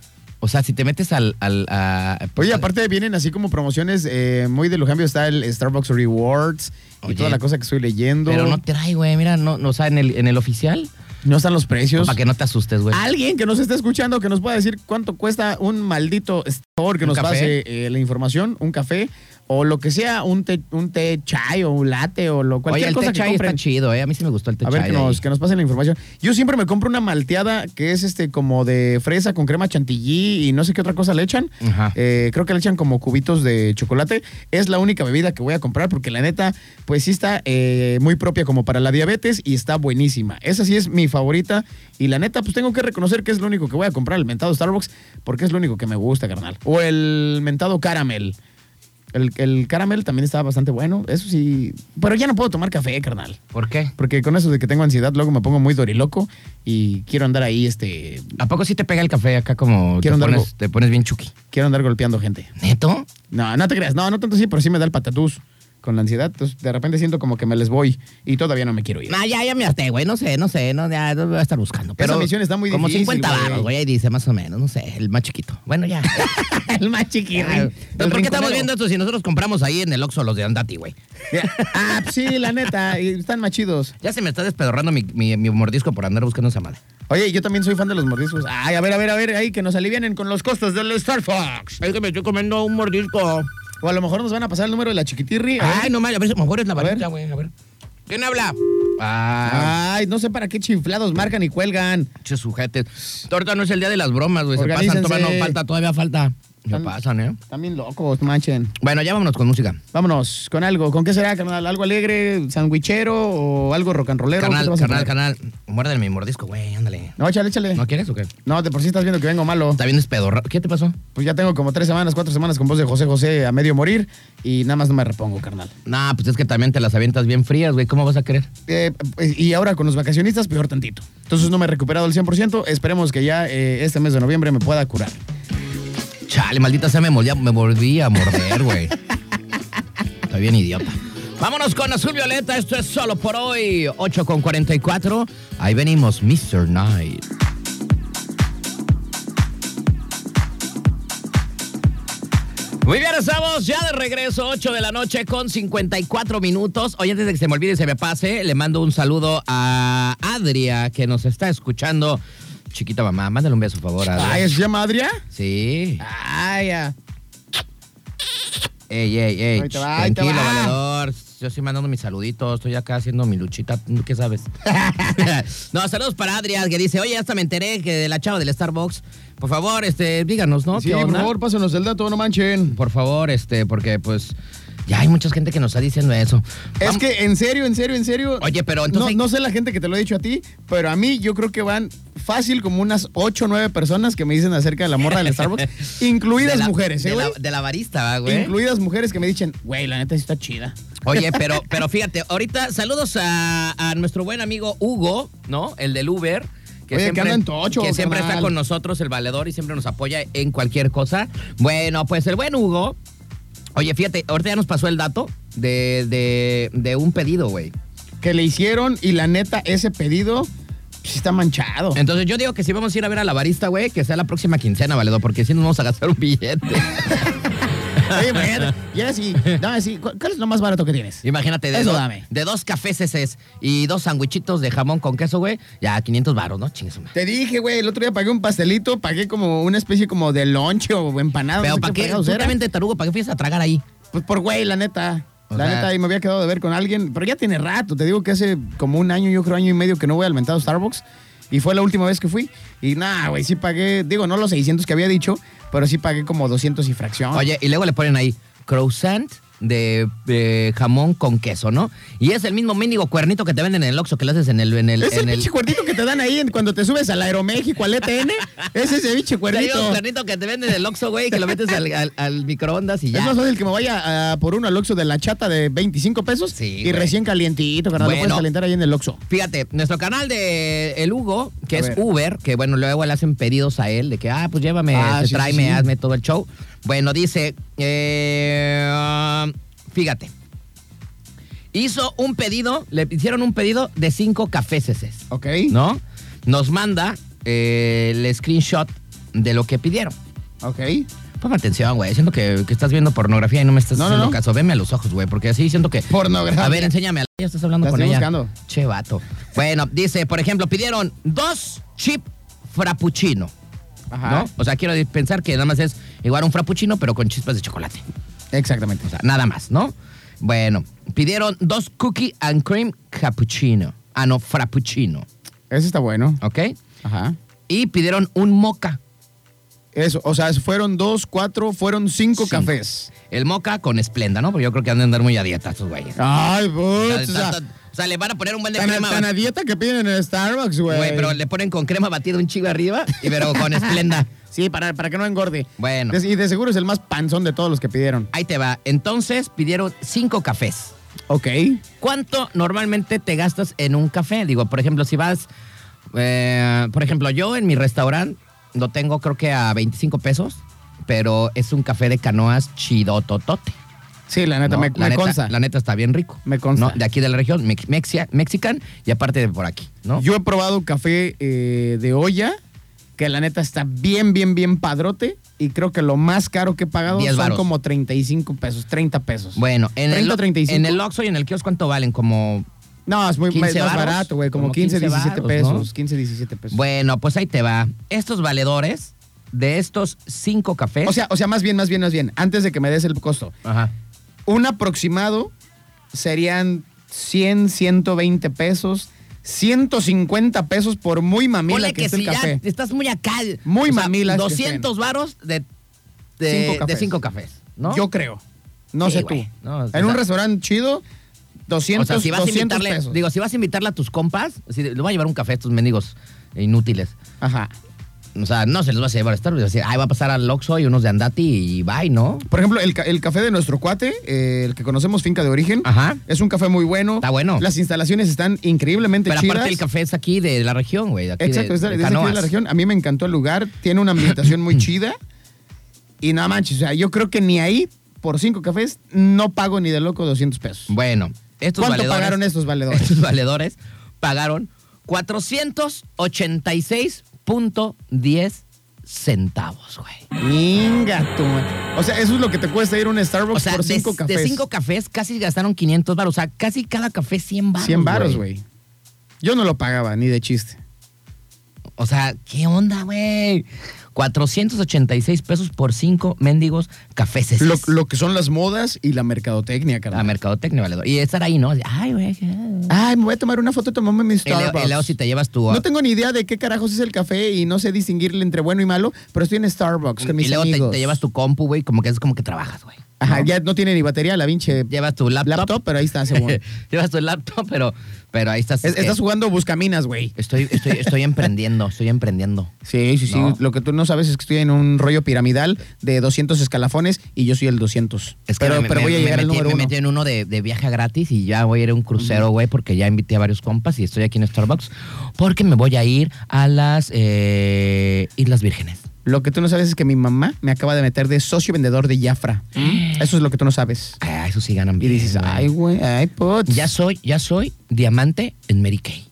S2: O sea, si te metes al... al a-
S3: Oye, aparte vienen así como promociones eh, muy de lo cambio. Está el Starbucks Rewards
S2: Oye,
S3: y toda la cosa que estoy leyendo.
S2: Pero no
S3: no,
S2: trae, güey. Mira, no, no, o sea, en el, en el oficial.
S3: están los precios.
S2: Para que no te asustes, güey.
S3: Alguien que nos esté escuchando que nos pueda decir cuánto cuesta un maldito store que
S2: ¿Un
S3: nos
S2: café?
S3: pase eh, la información, un café o lo que sea, un té, un té chai o un latte o lo
S2: Oye,
S3: cualquier
S2: el
S3: cosa
S2: té
S3: que
S2: chai está
S3: compren.
S2: chido, eh. A mí sí me gustó el té
S3: A ver
S2: chai
S3: que
S2: de ahí.
S3: nos, que nos pasen la información. Yo siempre me compro una malteada que es este como de fresa con crema chantilly y no sé qué otra cosa le echan.
S2: Ajá.
S3: Eh, creo que le echan como cubitos de chocolate. Es la única bebida que voy a comprar porque la neta, pues sí está eh, muy propia como para la diabetes y está buenísima. Esa sí es mi favorita y la neta, pues tengo que reconocer que es lo único que voy a comprar, el mentado Starbucks, porque es lo único que me gusta, carnal. O el mentado caramel. El, el caramel también estaba bastante bueno, eso sí. Pero ya no puedo tomar café, carnal.
S2: ¿Por qué?
S3: Porque con eso de que tengo ansiedad, luego me pongo muy doriloco y quiero andar ahí, este,
S2: ¿A poco sí te pega el café acá como te
S3: Quiero andar
S2: pones, te pones bien chuki?
S3: quiero andar golpeando gente.
S2: ¿Neto?
S3: No, no te creas, no, no tanto sí, pero sí me da el patatús con la ansiedad. Entonces, de repente siento como que me les voy y todavía no me quiero ir.
S2: No, ya, ya me gasté, güey. No sé, no sé. No, ya no voy a estar buscando. Pero
S3: misión está muy
S2: Como
S3: difícil,
S2: 50
S3: güey.
S2: baros, güey. Ahí dice, más o menos. No sé, el más chiquito. Bueno, ya.
S3: el más
S2: Ya.
S3: chiquito.
S2: Pero ¿Por qué estamos viendo esto si nosotros compramos ahí en el Oxxo los de Andati, güey?
S3: Ah, pues sí, la neta, y están más chidos.
S2: Ya se me está despedorrando mi, mi- mi mordisco por andar buscando esa madre.
S3: Oye, yo también soy fan de los mordiscos. Ay, a ver, a ver, a ver, ahí que nos alivianen con los costos del Star Fox.
S2: Es que me estoy comiendo un mordisco.
S3: O a lo mejor nos van a pasar el número de la chiquitirri. a ver.
S2: Ay, no mames, a ver, mejor es la
S3: ver.
S2: varita, güey, a ver. ¿Quién habla? Ah,
S3: Ay, no sé para qué chiflados marcan y cuelgan.
S2: che sujetes. Torta no es el día de las bromas, güey. Se pasan,
S3: Organícense.
S2: todavía no falta, todavía falta. Se
S3: Tan-
S2: pasan, ¿eh?
S3: Están bien locos, no manchen.
S2: Bueno, ya vámonos con música.
S3: Vámonos, con algo. ¿Con qué será, carnal? ¿Algo alegre, sandwichero o algo rock and rollero? ¿Qué te
S2: Canal,
S3: vas a Eh.
S2: canal,
S3: poner?
S2: canal. Muérdeme mi mordisco, güey, ándale.
S3: No, échale, échale.
S2: ¿No
S3: No.
S2: quieres o qué?
S3: de por sí estás viendo que vengo malo.
S2: Está bien despedorrado. ¿Qué te pasó?
S3: Pues ya tengo como tres semanas, cuatro semanas con voz de José José a medio morir y nada más no me repongo, carnal.
S2: Nah, pues es que también te las avientas bien frías, güey. ¿Cómo vas a querer?
S3: Eh, pues, y ahora con los vacacionistas, peor tantito. Entonces no me he recuperado al 100%. Esperemos que ya eh, este mes de noviembre me pueda curar.
S2: Chale, maldita sea, me, molía- me volví a morder, güey. Estoy bien idiota. Vámonos con Azul Violeta, esto es solo por hoy, 8 con 44. Ahí venimos, Mr. Night. Muy bien, estamos ya de regreso, 8 de la noche con 54 minutos. Oye, antes de que se me olvide y se me pase, le mando un saludo a Adria, que nos está escuchando. Chiquita mamá, mándale un beso, por favor. Adria.
S3: Ay, ¿se llama Adria?
S2: Sí.
S3: Ay, ya.
S2: Ey, ey, ey.
S3: Ahí te
S2: ch,
S3: va, ahí te
S2: Tranquilo,
S3: va.
S2: valedor. Yo estoy mandando mis saluditos. Estoy acá haciendo mi luchita. ¿Tú ¿Qué sabes? no, saludos para Adrián, que dice, oye, hasta me enteré que de la chava del Starbucks. Por favor, este, díganos, ¿no?
S3: Sí,
S2: ¿Qué
S3: por
S2: onda?
S3: favor, pásenos el dato, no manchen.
S2: Por favor, este, porque pues Ya hay mucha gente que nos está diciendo eso.
S3: Es
S2: Vam-
S3: que en serio, en serio, en serio.
S2: Oye, pero entonces-
S3: No, no sé la gente que te lo ha dicho a ti, pero a mí yo creo que van fácil como unas 8 o 9 personas que me dicen acerca de la morra del Starbucks, incluidas
S2: de la-
S3: mujeres, ¿eh,
S2: de, la,
S3: güey?
S2: de la barista, ¿va, güey.
S3: Incluidas mujeres que me dicen, güey, la neta sí está chida.
S2: Oye, pero, pero fíjate, ahorita saludos a, a nuestro buen amigo Hugo, ¿no? El del Uber.
S3: Oye, que anda en tocho,
S2: que siempre
S3: carnal.
S2: está con nosotros, el valedor, y siempre nos apoya en cualquier cosa. Bueno, pues el buen Hugo. Oye, fíjate, ahorita ya nos pasó el dato de, de- de un pedido, güey.
S3: Que le hicieron y la neta ese pedido pues, sí está manchado.
S2: Entonces yo digo que si vamos a ir a ver a la barista, güey, que sea la próxima quincena, valedor, porque si nos vamos a gastar un billete.
S3: Oye, imagínate, y ahora sí, dame sí, ¿cu- ¿cuál es lo más barato que tienes?
S2: Imagínate, de,
S3: Eso
S2: do-
S3: dame.
S2: de dos cafés eses y dos sandwichitos de jamón con queso, güey, ya 500 baros, ¿no? Chingue su madre.
S3: Te dije, güey, el otro día pagué un pastelito, pagué como una especie como de lonche o empanada.
S2: Pero
S3: no sé
S2: ¿para qué?
S3: fregados
S2: Tú
S3: era.
S2: también te tarugo, ¿para qué fuiste a tragar ahí?
S3: Pues por güey, la neta.
S2: O
S3: la
S2: sea-
S3: neta, ahí me había quedado de ver con alguien, pero ya tiene rato. Te digo que hace como un año, yo creo año y medio que no voy al mentado Starbucks. Y fue la última vez que fui. Y nada, güey, sí pagué, digo, no los 600 que había dicho, pero sí pagué como 200 y fracción.
S2: Oye, y luego le ponen ahí croissant de, de jamón con queso, ¿no? Y es el mismo mendigo cuernito que te venden en el Oxxo que lo haces en el... En el
S3: es el
S2: en
S3: pinche cuerdito que te dan ahí en- cuando te subes al Aeroméxico, al ETN. es ese
S2: Te
S3: pinche
S2: digo,
S3: cuerdito.
S2: cuernito que te venden en el Oxxo, güey, que lo metes al, al- al microondas y
S3: Es
S2: ya.
S3: más fácil que me vaya ah, por un al Oxxo de la chata de 25 pesos
S2: Sí,
S3: y
S2: güey.
S3: recién calientito, carnal. Lo
S2: Bueno.
S3: puedes calentar ahí en el Oxxo.
S2: Fíjate, nuestro canal de El Hugo, que
S3: A
S2: es
S3: ver.
S2: Uber, que bueno, luego le hacen pedidos a él de que, ah, pues llévame,
S3: Ah,
S2: te
S3: sí,
S2: tráeme,
S3: sí, sí.
S2: hazme todo el show. Bueno, dice, eh, fíjate, hizo un pedido, le hicieron un pedido de cinco caféses,
S3: ¿Ok?
S2: ¿no? Nos manda eh, el screenshot de lo que pidieron.
S3: ¿Ok?
S2: Ponme atención, güey. Siento que, que estás viendo pornografía y no me estás
S3: No, no,
S2: haciendo
S3: no.
S2: caso. Veme a los ojos, güey, porque así siento que.
S3: Pornografía.
S2: A ver, enséñame. a la- Ya estás hablando
S3: La
S2: con
S3: estoy
S2: ella.
S3: buscando.
S2: Che, vato. Bueno, dice, por ejemplo, pidieron dos chip frappuccino.
S3: Ajá.
S2: ¿No? O sea, quiero pensar que nada más es igual un frappuccino, pero con chispas de chocolate.
S3: Exactamente.
S2: O sea, nada más, ¿no? Bueno, pidieron dos cookie and cream cappuccino. Ah, no, frappuccino.
S3: Ese está bueno.
S2: ¿Ok?
S3: Ajá.
S2: Y pidieron un moca.
S3: Eso, o sea, fueron dos, cuatro, fueron cinco,
S2: Cinco.
S3: cafés.
S2: El moca con esplenda, ¿no? Porque yo creo que han de andar muy a dieta estos güeyes.
S3: Ay, putz,
S2: O sea, o sea, o sea, le van a poner un buen de
S3: tan,
S2: crema.
S3: tan a
S2: bat-
S3: dieta que piden en el Starbucks, güey.
S2: Güey, pero le ponen con crema batida un chivo arriba y pero con esplenda.
S3: Sí, para, para que no engorde.
S2: Bueno.
S3: Des- y de seguro es el más panzón de todos los que pidieron.
S2: Ahí te va. Entonces pidieron cinco cafés.
S3: Ok.
S2: ¿Cuánto normalmente te gastas en un café? Digo, por ejemplo, si vas. eh, por ejemplo, yo en mi restaurante lo tengo creo que a 25 pesos, pero es un café de canoas chidototote.
S3: Sí, la neta,
S2: ¿no?
S3: me,
S2: la,
S3: me
S2: neta
S3: consta.
S2: la neta está bien rico.
S3: Me consta.
S2: ¿no? De aquí de la región, mex- mexia- mexican y aparte de por aquí, ¿no?
S3: Yo he probado café eh, de olla, que la neta está bien, bien, bien padrote. Y creo que lo más caro que he pagado
S2: Diez
S3: son
S2: varos.
S3: como 35 pesos, 30 pesos.
S2: Bueno, en
S3: 30
S2: el,
S3: o 35.
S2: en el Oxxo y en el kiosco, ¿cuánto valen? Como.
S3: No, es muy
S2: 15
S3: más
S2: varos,
S3: barato, güey. Como,
S2: como
S3: 15,
S2: 15
S3: 17
S2: varos, ¿no?
S3: pesos. 15, 17 pesos.
S2: Bueno, pues ahí te va. Estos valedores de estos cinco cafés.
S3: O sea, o sea, más bien, más bien, más bien. Antes de que me des el costo.
S2: Ajá.
S3: Un aproximado serían 100, 120 pesos, 150 pesos por muy mamila
S2: Ponle
S3: que,
S2: que,
S3: esté
S2: si
S3: el café.
S2: ya estás muy acá.
S3: Muy
S2: o sea,
S3: mamilas que
S2: 200 varos de, de-
S3: Cinco cafés.
S2: de cinco cafés, ¿no?
S3: Yo creo. No
S2: Sí,
S3: sé
S2: güey.
S3: tú.
S2: No, o sea,
S3: en un restaurante chido, 200,
S2: o sea, si vas a
S3: 200
S2: invitarle,
S3: pesos.
S2: digo, si vas a invitarle a tus compas, si le voy a llevar un café a estos mendigos inútiles.
S3: Ajá.
S2: O sea, no se los vas a llevar a estar, vas a decir, ay, va a pasar al Oxxo y unos de Andati y bye, ¿no?
S3: Por ejemplo, el, ca- el café de nuestro cuate, eh, el que conocemos Finca de Origen,
S2: Ajá.
S3: es un café muy bueno.
S2: Está bueno.
S3: Las instalaciones están increíblemente
S2: Pero
S3: chidas.
S2: aparte el café es aquí de la región, güey. de aquí
S3: Exacto,
S2: de-
S3: es de,
S2: de
S3: es de aquí de la
S2: Canoas.
S3: región. A mí me encantó el lugar, tiene una ambientación muy chida. Y nada manches, o sea, yo creo que ni ahí, por cinco cafés, no pago ni de loco 200 pesos.
S2: Bueno, estos
S3: ¿Cuánto
S2: valedores,
S3: pagaron estos valedores?
S2: Estos valedores pagaron 486.10 centavos, güey.
S3: Minga, tú. O sea, eso es lo que te cuesta ir a un Starbucks
S2: O sea,
S3: por
S2: de,
S3: cinco
S2: de
S3: cafés.
S2: cinco cafés casi gastaron 500 baros. O sea, casi cada café 100 baros.
S3: 100 baros, güey. Yo no lo pagaba, ni de chiste.
S2: O sea, ¿qué onda, güey? 486 pesos por cinco mendigos cafés.
S3: Lo, lo que son las modas y la mercadotecnia,
S2: A
S3: carnal.
S2: mercadotecnia, valedor. Y estar ahí, ¿no? Ay, güey. qué-
S3: Ay, me voy a tomar una foto y tomarme mi
S2: Y luego-
S3: Starbucks.
S2: y luego si te llevas tu...
S3: Ah, No tengo ni idea de qué carajos es el café y no sé distinguirle entre bueno y malo, pero estoy en Starbucks con mis
S2: y luego te-
S3: amigos.
S2: te llevas tu compu, güey, como que es como que trabajas, güey.
S3: Ajá, ya no tiene ni batería la pinche
S2: Llevas tu laptop.
S3: laptop, pero ahí está, según. Es-
S2: Llevas tu laptop, pero, pero ahí estás. eh,
S3: Estás jugando buscaminas, güey.
S2: estoy, estoy, estoy emprendiendo, estoy emprendiendo.
S3: Sí, sí, sí.
S2: No.
S3: Lo que tú no sabes es que estoy en un rollo piramidal de 200 escalafones y yo soy el 200.
S2: Es que
S3: pero
S2: me,
S3: pero
S2: me-
S3: voy a
S2: me
S3: llegar al
S2: metí,
S3: número
S2: me
S3: uno.
S2: metí en uno de, de viaje gratis y ya voy a ir a un crucero, güey, porque ya invité a varios compas y estoy aquí en Starbucks porque me voy a ir a las eh, Islas Vírgenes.
S3: Lo que tú no sabes es que mi mamá me acaba de meter de socio vendedor de Jafra. Eso es lo que tú no sabes.
S2: Ah, eso sí ganan
S3: ¿Mm? Y
S2: bien,
S3: dices,
S2: güey.
S3: ay, güey, ay, putz.
S2: Ya soy, ya soy diamante en Mary Kay.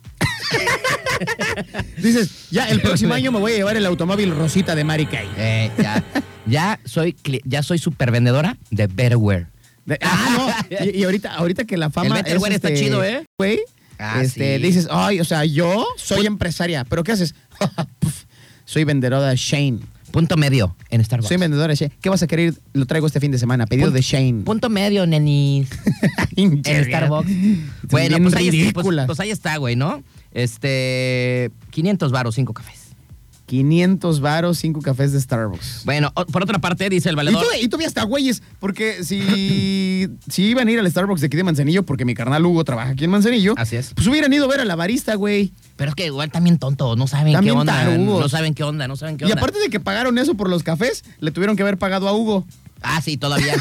S3: Dices, ya el próximo año me voy a llevar el automóvil rosita de Mary Kay.
S2: Eh, ya, ya soy, cli- ya soy supervendedora de Betterware.
S3: De- ah, no. Y, y ahorita, ahorita que la fama. este,
S2: El Betterware está chido, ¿eh?
S3: Güey.
S2: Ah,
S3: este,
S2: sí.
S3: Dices, ay, o sea, yo soy empresaria. ¿Pero qué haces? Puf, soy vendedora Shane.
S2: Punto medio en Starbucks.
S3: Soy vendedora Shane. ¿Qué vas a querer? Lo traigo este fin de semana. Pedido
S2: Punto-
S3: de Shane.
S2: Punto medio, nenis. en Starbucks. Bueno, pues ahí, es- pues-
S3: ridícula.
S2: pues ahí está, güey, ¿no? Este, 500 baros, 5 cafés.
S3: 500 varos, 5 cafés de Starbucks.
S2: Bueno, o- por otra parte, dice el
S3: Y
S2: valedor.
S3: todavía, y todavía hasta güeyes, porque si, si iban a ir al Starbucks de aquí de Manzanillo, porque mi carnal Hugo trabaja aquí en Manzanillo,
S2: Así es.
S3: pues hubieran ido a ver a la barista, güey.
S2: Pero es que igual también tontos, no saben
S3: También
S2: qué onda.
S3: tarugos.
S2: No saben qué onda, no saben qué
S3: Y
S2: onda.
S3: aparte de que pagaron eso por los cafés, le tuvieron que haber pagado a Hugo.
S2: Ah, sí, todavía.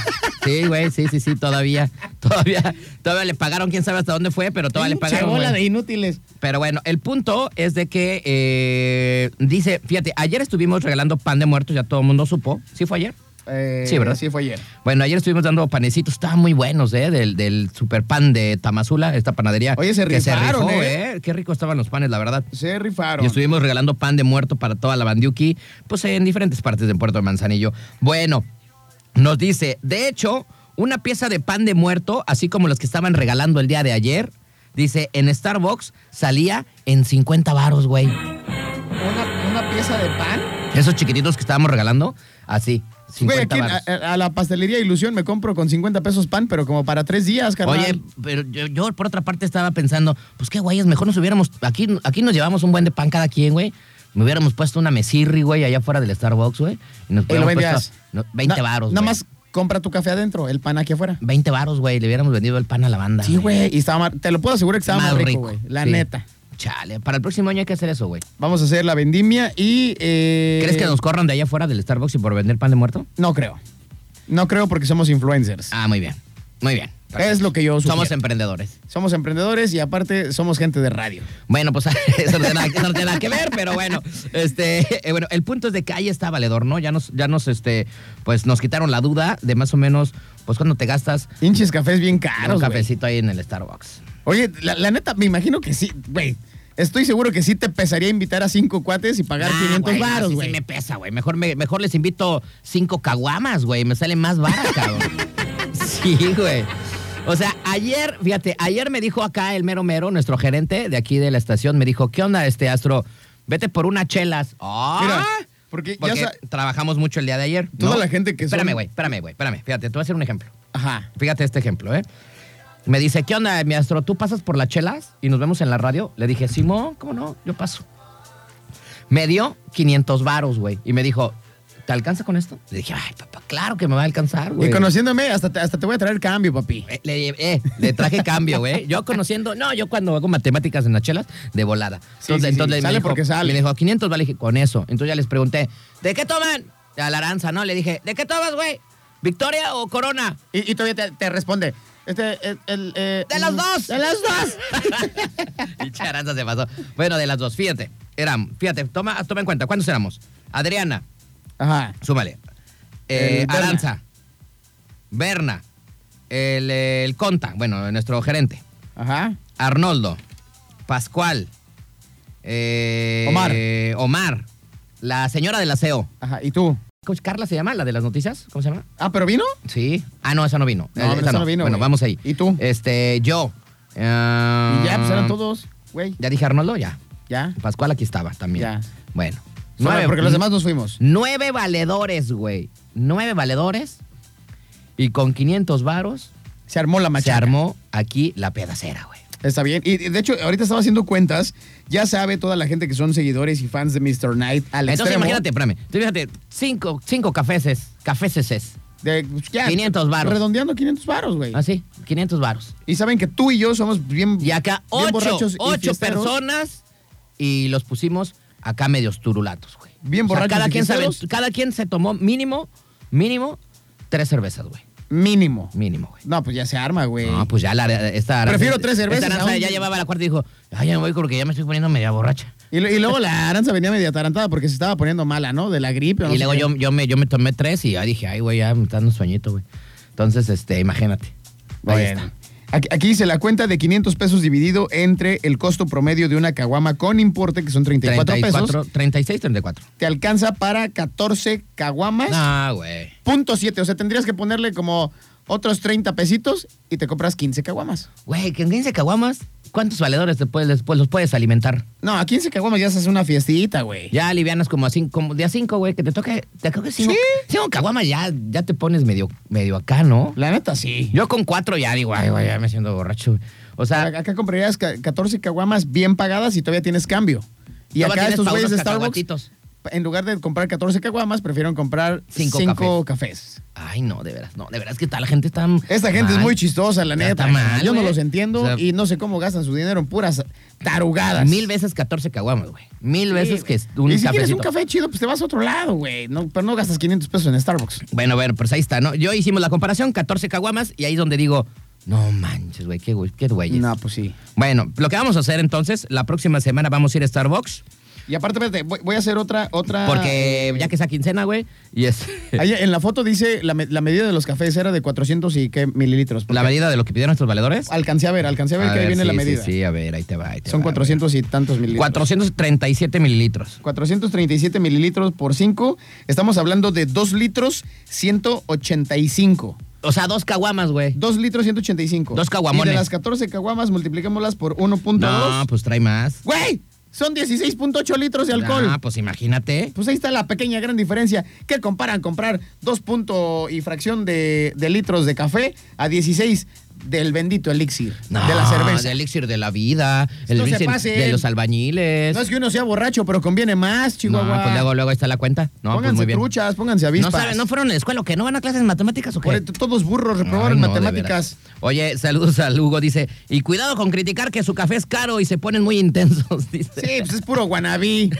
S2: Sí, güey, sí, sí, sí, todavía. Todavía, todavía le pagaron, quién sabe hasta dónde fue, pero todavía le
S3: Pinche
S2: pagaron.
S3: bola
S2: güey.
S3: de inútiles.
S2: Pero bueno, el punto es de que eh, dice, fíjate, ayer estuvimos regalando pan de muertos, ya todo el mundo supo. ¿Sí fue ayer?
S3: Eh,
S2: Sí, ¿verdad?
S3: Sí, fue ayer.
S2: Bueno, ayer estuvimos dando panecitos, estaban muy buenos, ¿eh? Del, del super pan de Tamazula, esta panadería.
S3: Oye, se
S2: que
S3: rifaron,
S2: rifó,
S3: ¿eh?
S2: Qué rico estaban los panes, la verdad.
S3: Se rifaron.
S2: Y estuvimos regalando pan de muerto para toda la bandiuki, pues en diferentes partes de Puerto de Manzanillo. Bueno, nos dice, de hecho, una pieza de pan de muerto, así como los que estaban regalando el día de ayer, dice, en Starbucks salía en 50 varos, güey.
S3: Una, una pieza de pan.
S2: Esos chiquititos que estábamos regalando, así,
S3: Güey,
S2: 50
S3: aquí
S2: varos.
S3: a, a la pastelería Ilusión me compro con 50 pesos pan, pero como para tres días, carnal.
S2: Oye, pero yo, yo por otra parte estaba pensando, pues qué güeyes, mejor nos hubiéramos, aquí, aquí nos llevamos un buen de pan cada quien, güey. Me hubiéramos puesto una mesirri, güey, allá afuera del Starbucks, güey. Y nos
S3: Y lo
S2: hubiéramos
S3: vendías.
S2: puesto no, 20
S3: Na-
S2: varos,
S3: Nada
S2: güey.
S3: más compra tu café adentro, el pan aquí afuera.
S2: 20 varos, güey. Le hubiéramos vendido el pan a la banda.
S3: Sí, güey. Y estaba más- te lo puedo asegurar que estaba más, rico, güey. La
S2: sí.
S3: neta.
S2: Chale, para el próximo año hay que hacer eso, güey.
S3: Vamos a hacer la vendimia y. eh,
S2: ¿Crees que nos corran de allá afuera del Starbucks y por vender pan de muerto?
S3: No creo. No creo porque somos influencers.
S2: Ah, muy bien. Muy bien.
S3: es lo que yo sugiero.
S2: Somos em- emprendedores.
S3: Somos emprendedores y aparte somos gente de radio.
S2: Bueno, pues eso no tiene nada, eso no tiene nada que ver, pero bueno, este, eh, bueno, el punto es de que ahí está valedor, ¿no? Ya nos, ya nos, este, pues nos quitaron la duda de más o menos, pues cuando te gastas
S3: Hinches cafés bien
S2: un
S3: caros. güey.
S2: cafecito ahí en el Starbucks.
S3: Oye, la, la neta, me imagino que sí, güey. Estoy seguro que sí te pesaría invitar a cinco cuates y pagar
S2: Ah,
S3: 500
S2: güey, no,
S3: baros,
S2: sí,
S3: güey.
S2: Sí, me pesa, güey. Mejor, me- mejor les invito cinco caguamas, güey. Me sale más barato, cabrón. sí, güey. O sea, ayer, fíjate, ayer me dijo acá el mero mero, nuestro gerente de aquí de la estación, me dijo, ¿qué onda este astro? Vete por unas chelas. ¡Ah!
S3: Mira, porque ya
S2: Porque
S3: sa-
S2: trabajamos mucho el día de ayer.
S3: Toda la gente que son-
S2: Espérame, güey, espérame, güey, espérame. Fíjate, te voy a hacer un ejemplo.
S3: Ajá.
S2: Fíjate este ejemplo, ¿eh? Me dice, ¿qué onda, mi astro? ¿Tú pasas por las chelas y nos vemos en la radio? Le dije, Simón, ¿cómo no? Yo paso. Me dio 500 varos, güey. Y me dijo, ¿te alcanza con esto? Le dije, ay, papá, claro que me va a alcanzar, güey.
S3: Y conociéndome, hasta te, hasta te voy a traer cambio, papi.
S2: Eh, le, llevé- eh, le traje cambio, güey. Yo conociendo, no, yo cuando hago matemáticas en las chelas, de volada.
S3: Sí, sí, sí. Sale
S2: me dijo,
S3: porque sale.
S2: Me dijo, 500, vale, dije, con eso. Entonces ya les pregunté, ¿de qué toman? A la aranza, ¿no? Le dije, ¿de qué tomas, güey? ¿Victoria o Corona?
S3: Y, y todavía te, te responde. Este, el, el, eh,
S2: ¡De las dos!
S3: ¡De las dos!
S2: Y Charanza se pasó. Bueno, de las dos, fíjate. Eran, fíjate, toma, toma en cuenta, ¿cuántos éramos? Adriana,
S3: Ajá.
S2: súmale. Eh,
S3: El Berna.
S2: Aranza, Berna, el, el Conta, bueno, nuestro gerente,
S3: Ajá.
S2: Arnoldo, Pascual, eh,
S3: Omar.
S2: Omar, la señora del aseo.
S3: Ajá. ¿Y tú?
S2: Coach Carla se llama, la de las noticias, ¿cómo se llama?
S3: Ah, ¿pero vino?
S2: Sí. Ah, no, esa no vino.
S3: No,
S2: Eh,
S3: esa no vino,
S2: Bueno,
S3: güey.
S2: vamos ahí.
S3: ¿Y tú?
S2: Este, yo. eh,
S3: Y ya, pues eran todos, güey.
S2: ¿Ya dije Arnoldo? Ya.
S3: Ya.
S2: Pascual aquí estaba también.
S3: Ya.
S2: Bueno.
S3: Sobra, porque
S2: Mm.
S3: los demás nos fuimos.
S2: Nueve valedores, güey. Nueve valedores. Y con 500 varos
S3: Se armó la
S2: se
S3: machaca.
S2: armó aquí la pedacera, güey.
S3: Está bien. Y y de hecho, ahorita estaba haciendo cuentas. Ya sabe toda la gente que son seguidores y fans de Mr. Knight al
S2: Entonces
S3: extremo.
S2: imagínate, espérame. Tú fíjate, cinco, cinco cafeses, cafeses,
S3: De, pues, ya,
S2: 500 varos.
S3: Redondeando 500 varos, güey.
S2: Así, 500 varos.
S3: Y saben que tú y yo somos bien.
S2: Ah, Y acá
S3: bien
S2: ocho,
S3: borrachos y
S2: ocho
S3: fiesteros.
S2: personas y los pusimos acá medios turulatos, güey.
S3: Bien borrachos
S2: cada
S3: y
S2: quien, se aventó-
S3: fiesteros.
S2: cada quien se tomó mínimo, mínimo, tres cervezas, güey.
S3: Mínimo.
S2: Mínimo, güey.
S3: No, pues ya se arma, güey.
S2: No, pues ya la, esta Aranza-
S3: Prefiero tres
S2: esta
S3: cervezas
S2: Aranza
S3: a un-
S2: ya llevaba la cuarta y dijo, ay, ya me voy porque ya me estoy poniendo media borracha.
S3: y, lo- y luego la aranza venía media atarantada porque se estaba poniendo mala, ¿no? De la gripe. o no
S2: Y
S3: sé
S2: luego
S3: qué.
S2: yo, yo, me, yo me tomé tres y ya dije, ay, güey, ya me está dando sueñito, güey. Entonces, este, imagínate. Ahí
S3: Bueno.
S2: está.
S3: Aquí, aquí dice la cuenta de 500 pesos dividido entre el costo promedio de una caguama con importe, que son 34 pesos.
S2: 36, 34.
S3: Te alcanza para 14 caguamas.
S2: Ah, güey.
S3: Punto 7. O sea, tendrías que ponerle como otros 30 pesitos y te compras 15 caguamas.
S2: Güey, con 15 caguamas, ¿cuántos valedores te puedes, después los puedes alimentar?
S3: No, a 15 caguamas ya se hace una fiestita, güey.
S2: Ya alivianas como a cinco, como de a cinco, güey, que te toque, te toque cinco. Cinco caguamas ya, ya te pones medio, medio acá, ¿no?
S3: La neta, sí.
S2: Yo con cuatro ya digo, ay, güey, ya me siento borracho. güey. O sea,
S3: Acá comprarías ca- 14 caguamas bien pagadas y todavía tienes cambio. Y
S2: Todavía
S3: acá
S2: tienes
S3: estos
S2: pa'
S3: güeyes de
S2: unos
S3: Starbucks,
S2: cacahuatitos.
S3: en lugar de comprar 14 caguamas, prefieren comprar
S2: Cinco
S3: 5 cafés.
S2: ay, no, de veras, no, de veras que tal, la gente está
S3: Esta gente es muy chistosa, la neta. Yo no los entiendo y
S2: y
S3: no sé cómo gastan su dinero en puras tarugadas.
S2: Mil veces 14 caguamas, güey. Mil veces que es un
S3: Y si quieres
S2: cafecito.
S3: un café chido, pues te vas a otro lado, güey. No, pero no gastas 500 pesos en Starbucks.
S2: Bueno, bueno, pues ahí está, ¿no? Yo hicimos la comparación, 14 caguamas, y ahí es donde digo, no manches, güey, qué güey, qué güeyes.
S3: No, pues sí.
S2: Bueno, lo que vamos a hacer entonces, la próxima semana vamos a ir a Starbucks,
S3: Y aparte, espérate, voy, voy a hacer otra, otra. Eh,
S2: porque ya que es a quincena, güey, y es
S3: Ahí en la foto dice la, me- la medida de los cafés era de 400 y qué mililitros.
S2: la medida de lo que pidieron nuestros valedores.
S3: Alcancé a ver, alcancé a ver
S2: A
S3: que ahí
S2: ver,
S3: viene
S2: sí,
S3: la medida.
S2: Sí, sí, a ver, ahí te va. ahí te
S3: Son
S2: va,
S3: 400 y tantos
S2: güey.
S3: mililitros.
S2: 437 mililitros.
S3: 437 mililitros por 5. Estamos hablando de 2 litros 185.
S2: O sea, dos caguamas, güey.
S3: 2 litros 185.
S2: Dos caguamones.
S3: Y de las 14 caguamas, multiplicémoslas por 1.2.
S2: No, pues trae más.
S3: ¡Güey! Son 16.8 litros de alcohol.
S2: Ah, pues imagínate.
S3: Pues ahí está la pequeña gran diferencia. ¿Qué comparan comprar 2 punto y fracción de, de litros de café a 16 del bendito elixir
S2: No,
S3: de la cerveza?
S2: del elixir de la vida, el
S3: No se
S2: elixir
S3: pasen.
S2: de los albañiles.
S3: No es que uno sea borracho, pero conviene más,
S2: No,
S3: Chihuahua.
S2: pues luego, luego ahí está la cuenta. No,
S3: pónganse
S2: pues muy bien.
S3: truchas, pónganse avispas.
S2: No saben, no fueron a la escuela, o ¿qué? ¿No van a clases de matemáticas o qué?
S3: Por eso todos burros
S2: Ay,
S3: reprobaron
S2: no, de
S3: matemáticas.
S2: veras. Oye, saludos a Hugo, dice, y cuidado con criticar que su café es caro y se ponen muy intensos, dice.
S3: Sí, pues es puro guanabí.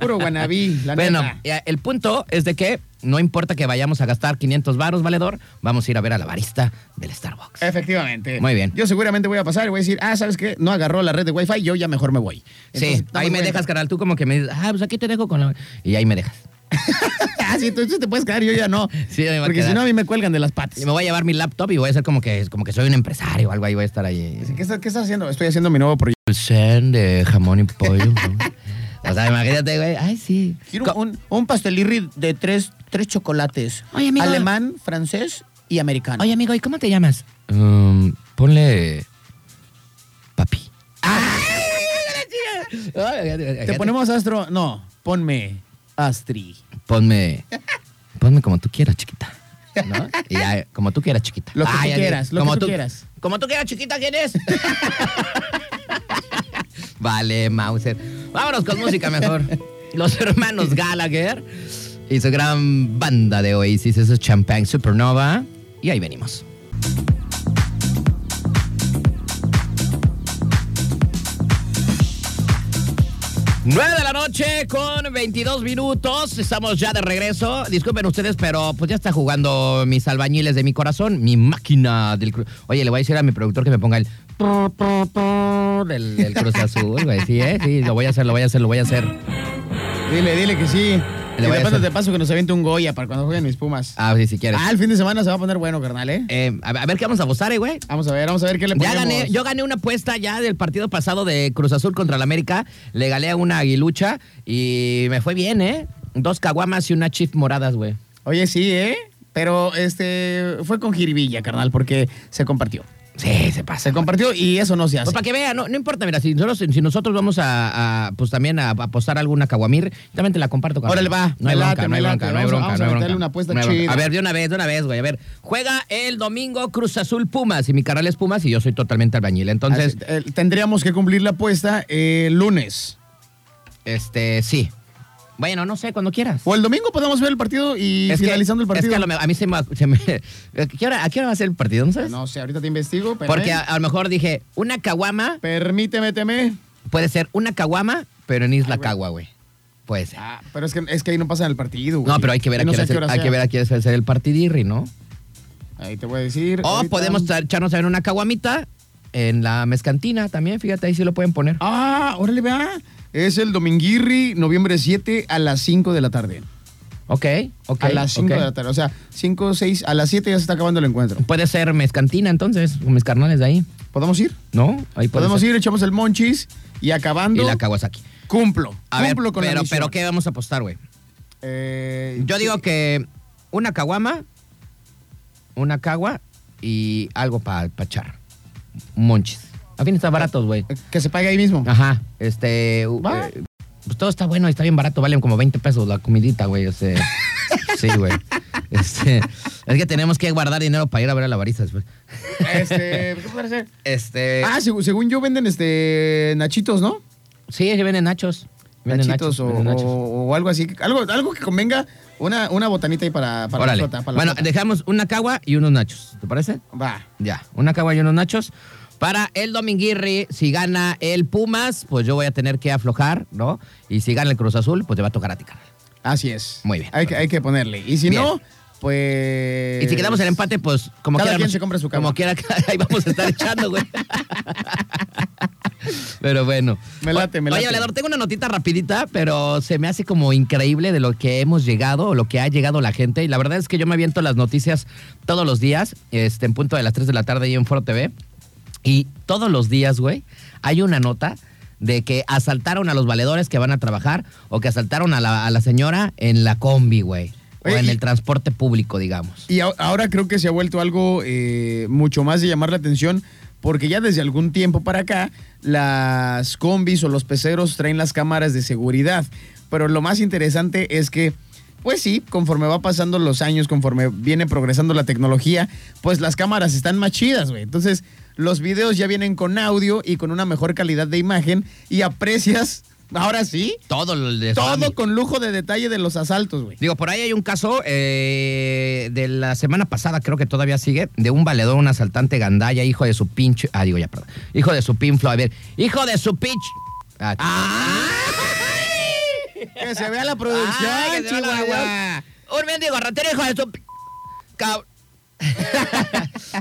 S3: Puro guanabí, la
S2: bueno,
S3: neta.
S2: eh, el punto es de que no importa que vayamos a gastar 500 varos, valedor, vamos a ir a ver a la barista del Starbucks.
S3: Eh, Efectivamente.
S2: Muy bien.
S3: Yo seguramente voy a pasar y voy a decir, ah, ¿sabes qué? No agarró la red de Wi-Fi, yo ya mejor me voy. Entonces,
S2: sí,
S3: estamos
S2: ahí me
S3: bien.
S2: dejas, carnal. Tú como que me dices, ah, pues aquí te dejo con la... Y ahí me dejas.
S3: ah, sí, tú, tú te puedes quedar, yo ya no.
S2: Sí, ya me voy a
S3: Porque si
S2: quedar.
S3: no, a mí me cuelgan de las patas.
S2: Y me voy a llevar mi laptop y voy a hacer como que, como que soy un empresario o algo ahí, voy a estar ahí.
S3: Dice, ¿Qué estás, ¿Qué estás haciendo? Estoy haciendo mi nuevo proyecto.
S2: Zen de jamón y pollo. ¿no? o sea, imagínate, güey. Ay, sí.
S3: Quiero
S2: Co-
S3: un, un pastelirri de tres, tres chocolates.
S2: Oye, amigo.
S3: Alemán, francés y americano.
S2: Oye, amigo, ¿y cómo te llamas? Um, ponle... Papi. Ah,
S3: te ponemos astro. No, ponme astri.
S2: Ponme... Ponme como tú quieras, chiquita. ¿No? Y ya, como tú quieras, chiquita.
S3: Lo que tú
S2: ya,
S3: quieras, lo
S2: como
S3: que tú quieras.
S2: Como tú quieras, chiquita, ¿quién es? vale, Mauser. Vámonos con música mejor. Los hermanos Gallagher y su gran banda de Oasis, eso es Champagne Supernova. Y ahí venimos. Nueve de la noche con 22 minutos. Estamos ya de regreso. Disculpen ustedes, pero pues ya está jugando mis albañiles de mi corazón, mi máquina del Cruz. Oye, le voy a decir a mi productor que me ponga el pru, pru, pru del, del Cruz Azul, güey. Sí, eh, sí, lo voy a hacer, lo voy a hacer, lo voy a hacer.
S3: Dile, dile que sí.
S2: Le
S3: Le
S2: voy a
S3: paso
S2: hacer.
S3: de paso que nos aviente un Goya para cuando jueguen mis pumas.
S2: Ah, sí, si quieres.
S3: Ah, el fin de semana se va a poner bueno, carnal, ¿eh?
S2: Eh, a, ver- a ver qué vamos a votar, eh, güey.
S3: Vamos a ver, vamos a ver qué le
S2: Ya
S3: ponemos.
S2: gané, yo gané una apuesta ya del partido pasado de Cruz Azul contra el América. Le gané a una aguilucha y me fue bien, ¿eh? Dos caguamas y una chif moradas, güey.
S3: Oye, sí, ¿eh? Pero este fue con jiribilla, carnal, porque se compartió. Eh,
S2: Sí, se pasa.
S3: Se compartió y eso no se hace.
S2: Pues para que vean, no, no importa, mira, si nosotros, si nosotros vamos a, a, pues también a, a apostar alguna caguamir, también te la comparto. carnal.
S3: Órale, va,
S2: No hay
S3: me
S2: bronca,
S3: late,
S2: no hay
S3: me
S2: bronca,
S3: late.
S2: no hay
S3: Vamos a-
S2: bronca.
S3: vamos a
S2: no hay
S3: meterle
S2: bronca,
S3: una apuesta
S2: no hay bronca.
S3: chida.
S2: A ver, de una vez, de una vez, güey, a ver. Juega el domingo Cruz Azul Pumas y mi carnal es Pumas y yo soy totalmente albañil. Entonces,
S3: Así, eh, tendríamos que cumplir la apuesta el lunes.
S2: este, sí. Bueno, no sé, cuando quieras.
S3: O el domingo podemos ver el partido Pues, y
S2: Es que-
S3: finalizando el partido.
S2: Es que a, lo me- a mí se me... se me- ¿a, qué hora, a qué hora va a ser el partido? ¿No sabes?
S3: No sé, ahorita te investigo, pero.
S2: Porque a, a lo mejor dije, una caguama
S3: Permíteme, teme.
S2: puede ser una caguama, pero en Isla
S3: Ay, güey.
S2: Cagua, güey. Puede ser.
S3: Ah, pero es que, es que ahí no pasa el partido, güey.
S2: No, pero hay que ver a
S3: Y no
S2: qué
S3: sé
S2: hora, se- hay que
S3: sea.
S2: ver a qué hora se va a hacer el partidirri, ¿no?
S3: Ahí te voy a decir.
S2: O
S3: ahorita.
S2: podemos tra- echarnos a ver una caguamita en la mezcantina también, fíjate, ahí sí lo pueden poner.
S3: Ah, órale, vea. Es el Dominguirri, noviembre 7 a las 5 de la tarde.
S2: Ok, ok.
S3: a las 5
S2: ok.
S3: de la tarde. O sea, 5, 6, a las 7 ya se está acabando el encuentro.
S2: Puede ser mezcantina entonces, o mis carnales de ahí,
S3: ¿Podemos ir?
S2: ¿no? Ahí puede
S3: Podemos
S2: ser.
S3: ir, echamos el monchis y acabando.
S2: Y la Kawasaki.
S3: Cumplo.
S2: A ver,
S3: cumplo con la
S2: pero,
S3: misión.
S2: pero ¿qué vamos a apostar, güey?
S3: Eh,
S2: Yo digo que una caguama, una cagua y algo para pachar. Monches. A fin están baratos, güey.
S3: Que se pague ahí mismo.
S2: Ajá, este... u-
S3: Va.
S2: eh, pues todo está bueno, y está bien barato, valen como 20 pesos la comidita, güey. o sea, sí, güey. Este, es que tenemos que guardar dinero para ir a ver a la barista después.
S3: Este, ¿qué podrá ser?
S2: Este...
S3: Ah, seg- según yo venden este nachitos, ¿no?
S2: sí, ahí venden nachos. Venden
S3: nachitos,
S2: nachos,
S3: o,
S2: venden nachos.
S3: o- o algo así. Algo, algo que convenga. Una, una botanita ahí para, para
S2: Órale.
S3: la flota. para la
S2: bueno,
S3: flota.
S2: dejamos una cagua y unos nachos, ¿te parece?
S3: Va.
S2: Ya, una cagua y unos nachos. Para el Dominguirri, si gana el Pumas, pues yo voy a tener que aflojar, ¿no? Y si gana el Cruz Azul, pues te va a tocar a ti, carnal.
S3: Así es.
S2: Muy bien.
S3: Hay que, hay que ponerle. Y si
S2: Bien.
S3: no, pues.
S2: Y si quedamos el empate, pues como
S3: Cada
S2: quiera.
S3: quien
S2: nos-
S3: se compra su cama.
S2: Como quiera, ahí vamos a estar echando, güey. Pero bueno.
S3: Me late, me
S2: Oye,
S3: late.
S2: Valedor, tengo una notita rapidita, pero se me hace como increíble de lo que hemos llegado o lo que ha llegado la gente. Y la verdad es que yo me aviento las noticias todos los días, este, en punto de las 3 de la tarde ahí en Foro TV. Y todos los días, güey, hay una nota de que asaltaron a los valedores que van a trabajar o que asaltaron a la, a la señora en la combi, güey. O
S3: Oye,
S2: en
S3: y-
S2: el transporte público, digamos.
S3: pues, Y au- ahora creo que se ha vuelto algo eh, mucho más de llamar la atención, porque ya desde algún tiempo para acá, las combis o los peceros traen las cámaras de seguridad. Pero lo más interesante es que, pues sí, conforme va pasando los años, conforme viene progresando la tecnología, pues las cámaras están más chidas, güey. Entonces, los videos ya vienen con audio y con una mejor calidad de imagen y aprecias, ahora sí,
S2: Todo lo de Sony.
S3: todo con lujo de detalle de los asaltos, güey.
S2: Digo, por ahí hay un caso eh, de la semana pasada, creo que todavía sigue, de un valedor, un asaltante gandalla, hijo de su pinche. Ah, digo ya, perdón. Hijo de su pinflo, a ver. Hijo de su pinche. Ah,
S3: Que se vea la producción,
S2: Ay, Ah, que se va la
S3: Chihuahua.
S2: reunión. Un mendigo ratero, hijo de su... p- cab-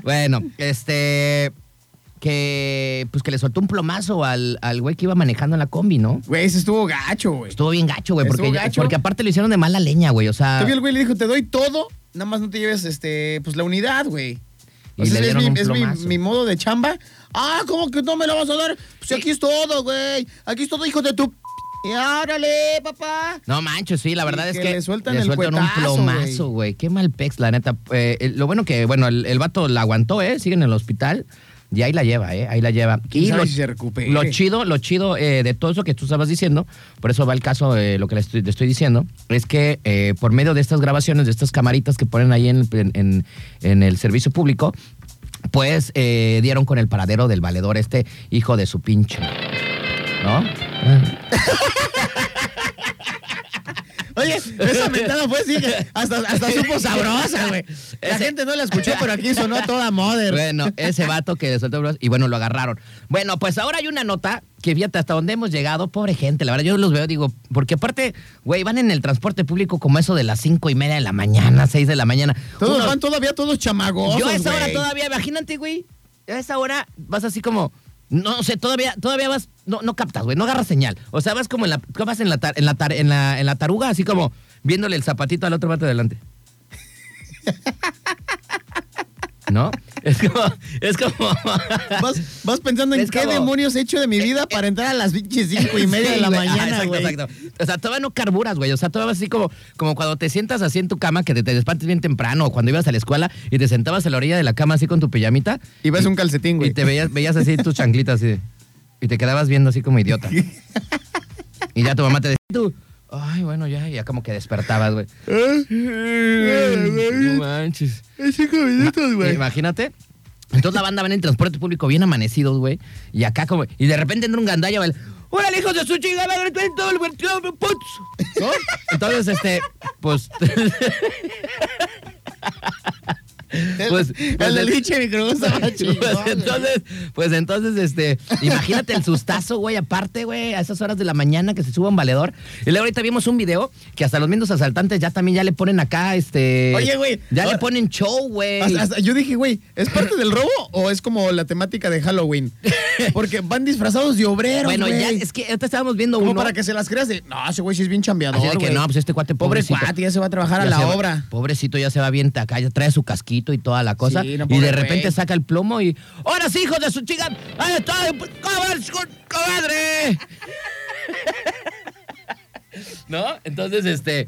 S2: bueno, este... Que... Pues que le soltó un plomazo al, al güey que iba manejando en la combi, ¿no?
S3: Güey, ese estuvo gacho, güey.
S2: Estuvo bien gacho, güey. Porque,
S3: Estuvo gacho.
S2: porque aparte lo hicieron de mala leña, güey. O sea...
S3: Todavía el güey le dijo, te doy todo, nada más no te lleves, este, pues la unidad, güey.
S2: Y
S3: O sea,
S2: le
S3: es
S2: dieron
S3: mi,
S2: un
S3: es mi-
S2: plomazo.
S3: mi modo de chamba. Ah, ¿cómo que no me lo vas a dar? Pues
S2: Sí.
S3: aquí es todo, güey. Aquí es todo, hijo de tu... p- Y órale, papá.
S2: No manches, sí, la verdad
S3: Y
S2: es
S3: que
S2: que
S3: le sueltan
S2: le
S3: el
S2: un
S3: cuetazo,
S2: plomazo, güey. Qué mal pex, la neta. Eh, eh, lo bueno que, bueno, el, el vato la aguantó, ¿eh? Sigue en el hospital. Y ahí la lleva, ¿eh? Ahí la lleva.
S3: ¿Quién
S2: y
S3: sabe
S2: lo,
S3: si se recupere?
S2: lo chido, lo chido eh, de todo eso que tú estabas diciendo, por eso va el caso, eh, lo que le estoy, te estoy diciendo, es que eh, por medio de estas grabaciones, de estas camaritas que ponen ahí en, en- en- en el servicio público, pues eh, dieron con el paradero del valedor, este hijo de su pinche. ¿No?
S3: Ah. Oye, esa mentada fue así, que hasta, hasta supo sabrosa, güey. La
S2: Ese-
S3: gente no la escuchó, pero aquí sonó a toda mother.
S2: Bueno, ese vato que le soltó el brazo y bueno, lo agarraron. Bueno, pues ahora hay una nota que fíjate hasta dónde hemos llegado, pobre gente, la verdad yo los veo, digo, porque aparte, güey, van en el transporte público como eso de las cinco y media de la mañana, seis de la mañana.
S3: Todos
S2: Uno-
S3: van todavía todos chamagosos,
S2: yo a esa hora
S3: güey.
S2: todavía, imagínate, güey, a esa hora vas así como... No sé, todavía, todavía vas, no, no captas, güey, no agarras señal. O sea, vas como en la, vas en la, tar- en la, tar- en la, en la taruga, así como viéndole el zapatito al otro vato de adelante. ¿No? Es como, es como.
S3: Vas, vas pensando en
S2: Es
S3: qué
S2: como- eh,
S3: demonios he hecho de mi vida para entrar a las pinches cinco y media de la
S2: Sí, güey. Ah,
S3: mañana,
S2: exacto,
S3: güey.
S2: exacto. O sea, todavía no carburas, güey. O sea, todavía vas así como, como cuando te sientas así en tu cama, que te, te despiertes bien temprano, o cuando ibas a la escuela y te sentabas a la orilla de la cama así con tu pijamita.
S3: Y ves un calcetín, güey.
S2: Y te veías, veías así tus chanclitas así, de- y te quedabas viendo así como idiota. Y ya tu mamá te decía, tú, ay, bueno, ya, y ya como que despertabas, güey. No manches.
S3: cinco minutos,
S2: Imagínate. Entonces la banda van en transporte público bien amanecidos, güey. Y acá como. Y de repente entra un gandalla, güey. ¡Órale, hijos de su chingada! madre, todo el- putz!
S3: ¿No?
S2: Entonces, este, pues. Pues-
S3: el,
S2: pues-
S3: el de leche microondas estaba chingón,
S2: Pues
S3: güey.
S2: entonces, pues entonces, este, imagínate el sustazo, güey, aparte, güey, a esas horas de la mañana que se suba un valedor. Y luego ahorita vimos un video que hasta los mismos asaltantes ya también ya le ponen acá, este.
S3: Oye, güey,
S2: Ya le
S3: ahora-
S2: ponen show, güey.
S3: Hasta- hasta- yo dije, güey, ¿es parte del robo o es como la temática de Halloween? Porque van disfrazados de obreros,
S2: Bueno, ya,
S3: güey.
S2: es que ahorita estábamos viendo
S3: Como
S2: uno.
S3: para que se las creas de, no, ese güey sí es bien chambeador,
S2: Así de que
S3: güey".
S2: no, pues este cuate
S3: Pobre
S2: pobrecito.
S3: cuate, ya se va a trabajar a
S2: Ya
S3: la
S2: se va-
S3: obra.
S2: Pobrecito, ya se va bien acá, ya trae su casquito y toda la cosa.
S3: Sí, no,
S2: y
S3: pobre
S2: de repente
S3: güey.
S2: saca el plomo y. ¡Ahora sí, hijo de su chica! ¡Ahí está! ¡Comadre, ¡Comadre! ¿No? Entonces, este.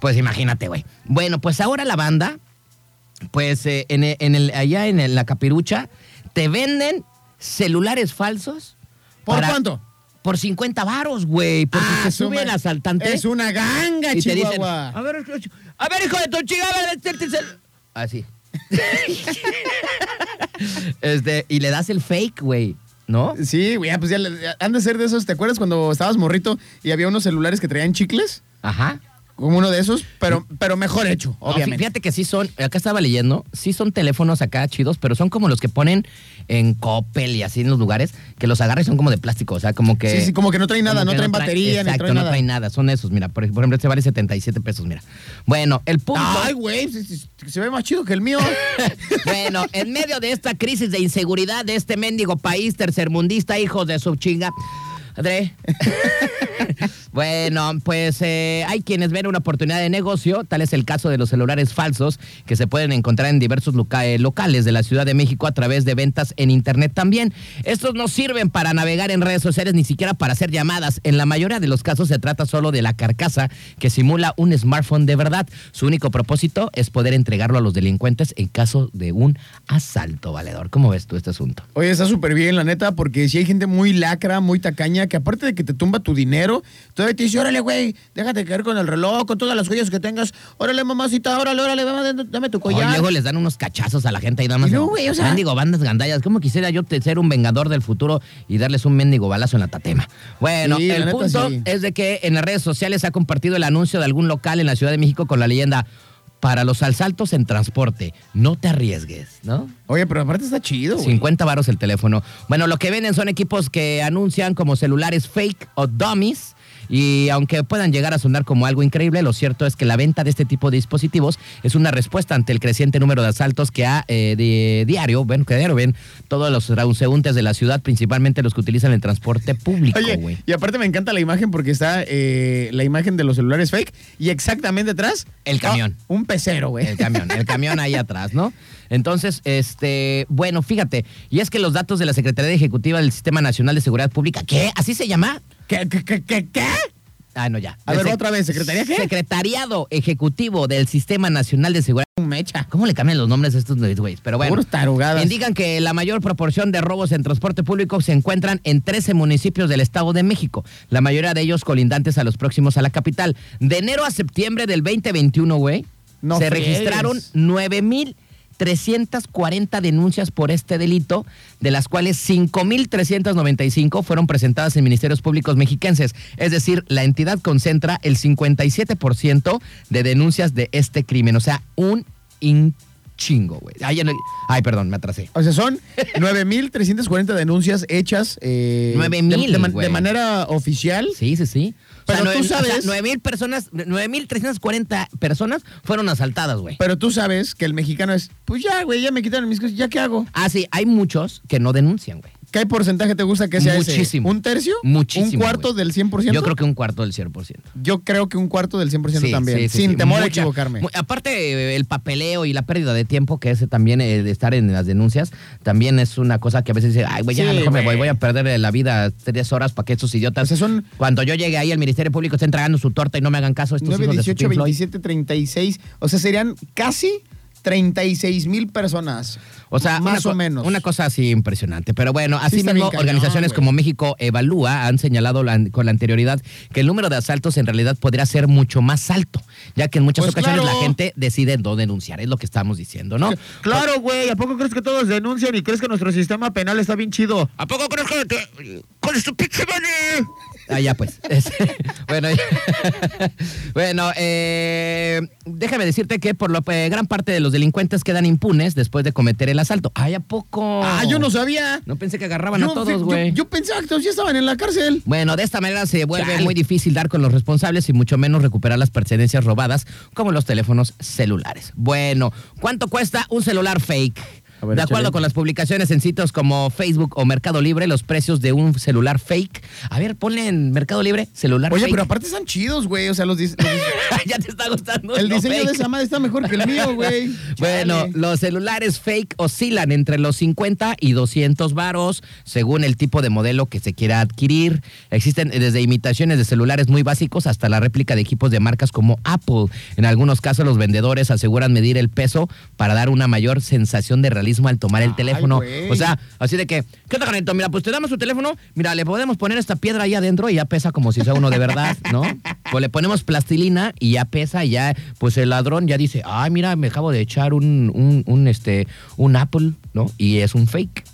S2: Pues imagínate, güey. Bueno, pues ahora la banda, pues eh, en, e- en el, allá en el- la capirucha, te venden celulares falsos.
S3: ¿Por cuánto?
S2: Por 50 varos, güey. Porque
S3: Ah,
S2: se
S3: su
S2: sube
S3: ma-
S2: el asaltante
S3: Es una ganga,
S2: y te
S3: Chihuahua.
S2: dicen, "Ah". a ver, a ver, hijo de tu chica, a ver, este- este- este-".
S3: Ah,
S2: Así. este, y le das el fake, güey, ¿no?
S3: Sí, güey, ah, pues ya, le- ya- han de ser de esos. ¿Te acuerdas cuando estabas morrito y había unos celulares que traían chicles?
S2: Ajá.
S3: Como uno de esos, pero, pero mejor hecho,
S2: No,
S3: obviamente.
S2: fíjate que sí son, acá estaba leyendo, sí son teléfonos acá chidos, pero son como los que ponen en Coppel y así en los lugares, que los agarras y son como de plástico, o sea, como que...
S3: Sí, sí, como que no traen nada,
S2: como
S3: no
S2: que
S3: traen batería,
S2: exacto,
S3: ni traen
S2: no
S3: nada.
S2: traen nada, son esos, mira, por, por ejemplo, este vale 77 pesos, mira. Bueno, el punto...
S3: Ay, güey, se, se- se ve más chido que el mío.
S2: Bueno, en medio de esta crisis de inseguridad de este mendigo país tercermundista, hijo de su chinga. André. bueno, pues eh, hay quienes ven una oportunidad de negocio, tal es el caso de los celulares falsos que se pueden encontrar en diversos loca- eh, locales de la Ciudad de México a través de ventas en Internet también. Estos no sirven para navegar en redes sociales ni siquiera para hacer llamadas. En la mayoría de los casos se trata solo de la carcasa que simula un smartphone de verdad. Su único propósito es poder entregarlo a los delincuentes en caso de un asalto, valedor. ¿Cómo ves tú este asunto?
S3: Oye, está súper bien, la neta, porque si hay gente muy lacra, muy tacaña, que aparte de que te tumba tu dinero, todavía te dice, órale, güey, déjate caer con el reloj, con todas las joyas que tengas. Órale, mamacita, órale, órale, dame, dame tu
S2: Oye,
S3: collar.
S2: luego les dan unos cachazos a la gente ahí nada más.
S3: Y luego, güey, o sea-
S2: Mendigo bandas gandallas. ¿Cómo quisiera yo te- ser un vengador del futuro y darles un mendigo balazo en la tatema? Bueno,
S3: Sí, la
S2: el
S3: neta,
S2: punto
S3: sí.
S2: es de que en las redes sociales se ha compartido el anuncio de algún local en la Ciudad de México con la leyenda para los asaltos en transporte, no te arriesgues, ¿no?
S3: Oye, pero aparte está chido, güey.
S2: 50 varos el teléfono. Bueno, lo que venden son equipos que anuncian como celulares fake o dummies. Y aunque puedan llegar a sonar como algo increíble, lo cierto es que la venta de este tipo de dispositivos es una respuesta ante el creciente número de asaltos que ha eh, de- diario, ven, que diario ven todos los transeúntes de la ciudad, principalmente los que utilizan el transporte público, güey.
S3: Oye, y aparte me encanta la imagen porque está eh, la imagen de los celulares fake y exactamente atrás.
S2: El camión.
S3: ah, un pecero, güey.
S2: Pues, El camión, el camión ahí atrás, ¿no? Entonces, este, bueno, fíjate, y es que los datos de la Secretaría Ejecutiva del Sistema Nacional de Seguridad Pública, ¿qué? ¿Así se llama?
S3: ¿Qué, qué, qué, qué, qué?
S2: Ah, no, ya.
S3: A ver, otra vez, ¿secretaría qué?
S2: Secretariado Ejecutivo del Sistema Nacional de Seguridad. Ah,
S3: Un mecha.
S2: ¿Cómo le cambian los nombres a estos güeyes? Pero bueno.
S3: Puros tarugadas.
S2: Indican que la mayor proporción de robos en transporte público se encuentran en 13 municipios del Estado de México, la mayoría de ellos colindantes a los próximos a la capital. De enero a septiembre del 2021, güey,
S3: No
S2: se
S3: friegues.
S2: registraron 9.340 denuncias por este delito, de las cuales 5.395 fueron presentadas en ministerios públicos mexiquenses. Es decir, la entidad concentra el 57% de denuncias de este crimen. O sea, un in- chingo, güey. Ay, ya no- ay, perdón, me atrasé.
S3: O sea, son 9.340 denuncias hechas. eh,
S2: 9,000,
S3: de- de, man-
S2: güey.
S3: de manera oficial.
S2: Sí, sí, sí. O sea,
S3: Pero tú
S2: nueve- o sea,
S3: sabes-
S2: 9,000 personas, 9.340 personas fueron asaltadas, güey.
S3: Pero tú sabes que el mexicano es, pues ya, güey, ya me quitaron mis cosas, ¿ya qué hago?
S2: Ah, sí, hay muchos que no denuncian, güey.
S3: ¿Qué porcentaje te gusta que sea ese?
S2: Muchísimo.
S3: ¿Un tercio?
S2: Muchísimo,
S3: ¿Un cuarto
S2: güey.
S3: del 100%?
S2: Yo creo que un cuarto del 100%.
S3: Yo creo que un cuarto del 100%
S2: Sí,
S3: también.
S2: sí, sí,
S3: sin
S2: sí.
S3: temor a
S2: Mucha-
S3: equivocarme.
S2: mu- aparte, eh, el papeleo y la pérdida de tiempo, que ese también, eh, de estar en las denuncias, también es una cosa que a veces dice, ay, güey, ya
S3: Sí,
S2: mejor me voy, voy
S3: güey.
S2: a perder eh, la vida tres horas para que estos idiotas.
S3: O sea, son-
S2: Cuando yo llegue ahí, el Ministerio Público está entregando su torta y no me hagan caso estos
S3: 9,
S2: hijos de su
S3: 18,
S2: Pink Floyd.
S3: 27, 36. O sea, serían casi 36 mil personas.
S2: O sea, una
S3: más
S2: co-
S3: o menos.
S2: Una cosa así impresionante. Pero bueno, así
S3: está
S2: mismo,
S3: bien cañón,
S2: organizaciones
S3: güey.
S2: como México Evalúa han señalado la- con la anterioridad que el número de asaltos en realidad podría ser mucho más alto, ya que en muchas
S3: Pues
S2: ocasiones
S3: claro.
S2: la gente decide no denunciar, es lo que estamos diciendo, ¿no?
S3: Claro, güey. ¿A poco crees que todos denuncian y crees que nuestro sistema penal está bien chido?
S2: ¿A poco crees que te- con su pinche money? Ah, ya pues. Este, bueno, ya. bueno eh, déjame decirte que por lo eh, gran parte de los delincuentes quedan impunes después de cometer el asalto. Ay, ¿a poco?
S3: Ah, yo no sabía.
S2: No pensé que agarraban
S3: Yo
S2: a
S3: fe-
S2: todos,
S3: yo-
S2: güey.
S3: Yo, pensaba que todos ya estaban en la cárcel.
S2: Bueno, de esta manera se vuelve
S3: Chale.
S2: muy difícil dar con los responsables y mucho menos recuperar las pertenencias robadas como los teléfonos celulares. Bueno, ¿cuánto cuesta un celular fake?
S3: A ver,
S2: de acuerdo
S3: échale.
S2: con las publicaciones en sitios como Facebook o Mercado Libre, los precios de un celular fake. A ver, ponle en Mercado Libre celular
S3: Oye,
S2: fake.
S3: pero aparte están chidos, güey. O sea, los, dis- los dis-
S2: ya te está gustando.
S3: el
S2: lo
S3: diseño de
S2: fake.
S3: esa madre está mejor que el mío, güey.
S2: Bueno,
S3: Chale.
S2: los celulares fake oscilan entre los 50 y 200 varos según el tipo de modelo que se quiera adquirir. Existen desde imitaciones de celulares muy básicos hasta la réplica de equipos de marcas como Apple. En algunos casos los vendedores aseguran medir el peso para dar una mayor sensación de realismo al tomar el
S3: Ay,
S2: teléfono.
S3: güey.
S2: O sea, así de que, ¿qué onda, Juanito? Mira, pues te damos tu teléfono, mira, le podemos poner esta piedra ahí adentro y ya pesa como si sea uno de verdad, ¿no? Pues le ponemos plastilina y ya pesa, y ya, pues el ladrón ya dice, ay, mira, me acabo de echar un, un, un, este, un Apple, ¿no? Y es un fake.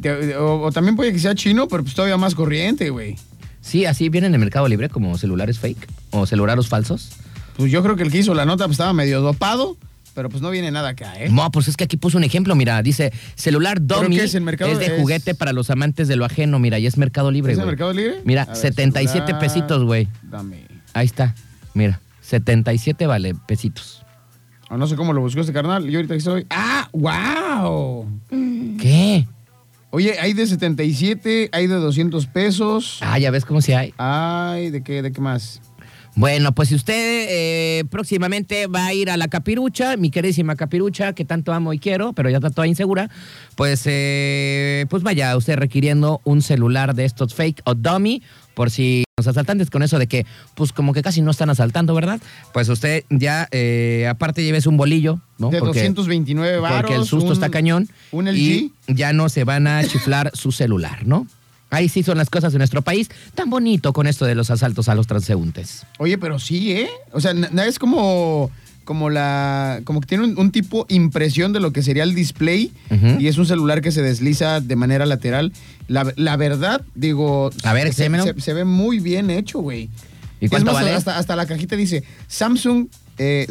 S3: Te- O, o también puede que sea chino, pero pues todavía más corriente, güey.
S2: Sí, así vienen en el Mercado Libre como celulares fake o celulares falsos.
S3: Pues yo creo que el que hizo la nota pues, estaba medio dopado, pero pues no viene nada acá, ¿eh?
S2: No, pues es que aquí puso un ejemplo, mira, dice, celular
S3: ¿Pero
S2: dummy
S3: qué es el mercado?
S2: de
S3: Es-
S2: juguete para los amantes de lo ajeno, mira, y es Mercado Libre,
S3: ¿Es el
S2: güey.
S3: Mercado Libre?
S2: Mira,
S3: A ver,
S2: 77
S3: celular.
S2: pesitos, güey.
S3: Dame.
S2: Ahí está, mira, 77 vale pesitos.
S3: O no sé cómo lo buscó este carnal. Yo ahorita que estoy. ¡Ah! ¡Wow!
S2: ¿Qué?
S3: Oye, hay de 77, hay de 200 pesos.
S2: Ah, ya ves cómo se hay.
S3: Ay, ¿de qué, de qué más?
S2: Bueno, pues si usted eh, próximamente va a ir a la capirucha, mi queridísima capirucha, que tanto amo y quiero, pero ya está toda insegura, pues, eh, pues vaya usted requiriendo un celular de estos fake o dummy, por si los asaltantes con eso de que, pues como que casi no están asaltando, ¿verdad? Pues usted ya, eh, aparte lleves un bolillo, ¿no?
S3: de
S2: Porque-
S3: 229 baros.
S2: Porque el susto
S3: un-
S2: está cañón.
S3: Un LG.
S2: Y ya no se van a chiflar su celular, ¿no? Ahí sí son las cosas de nuestro país. Tan bonito con esto de los asaltos a los transeúntes.
S3: Oye, pero sí, ¿eh? O sea, na- na- es como, como la. como que tiene un, un tipo impresión de lo que sería el display.
S2: Ujú.
S3: Y es un celular que se desliza de manera lateral. La, la verdad, digo.
S2: A ver,
S3: se,
S2: exémelo.
S3: se- se ve muy bien hecho, güey.
S2: ¿Y
S3: Es
S2: cuánto
S3: más,
S2: vale?
S3: Hasta, hasta la cajita dice Samsung eh,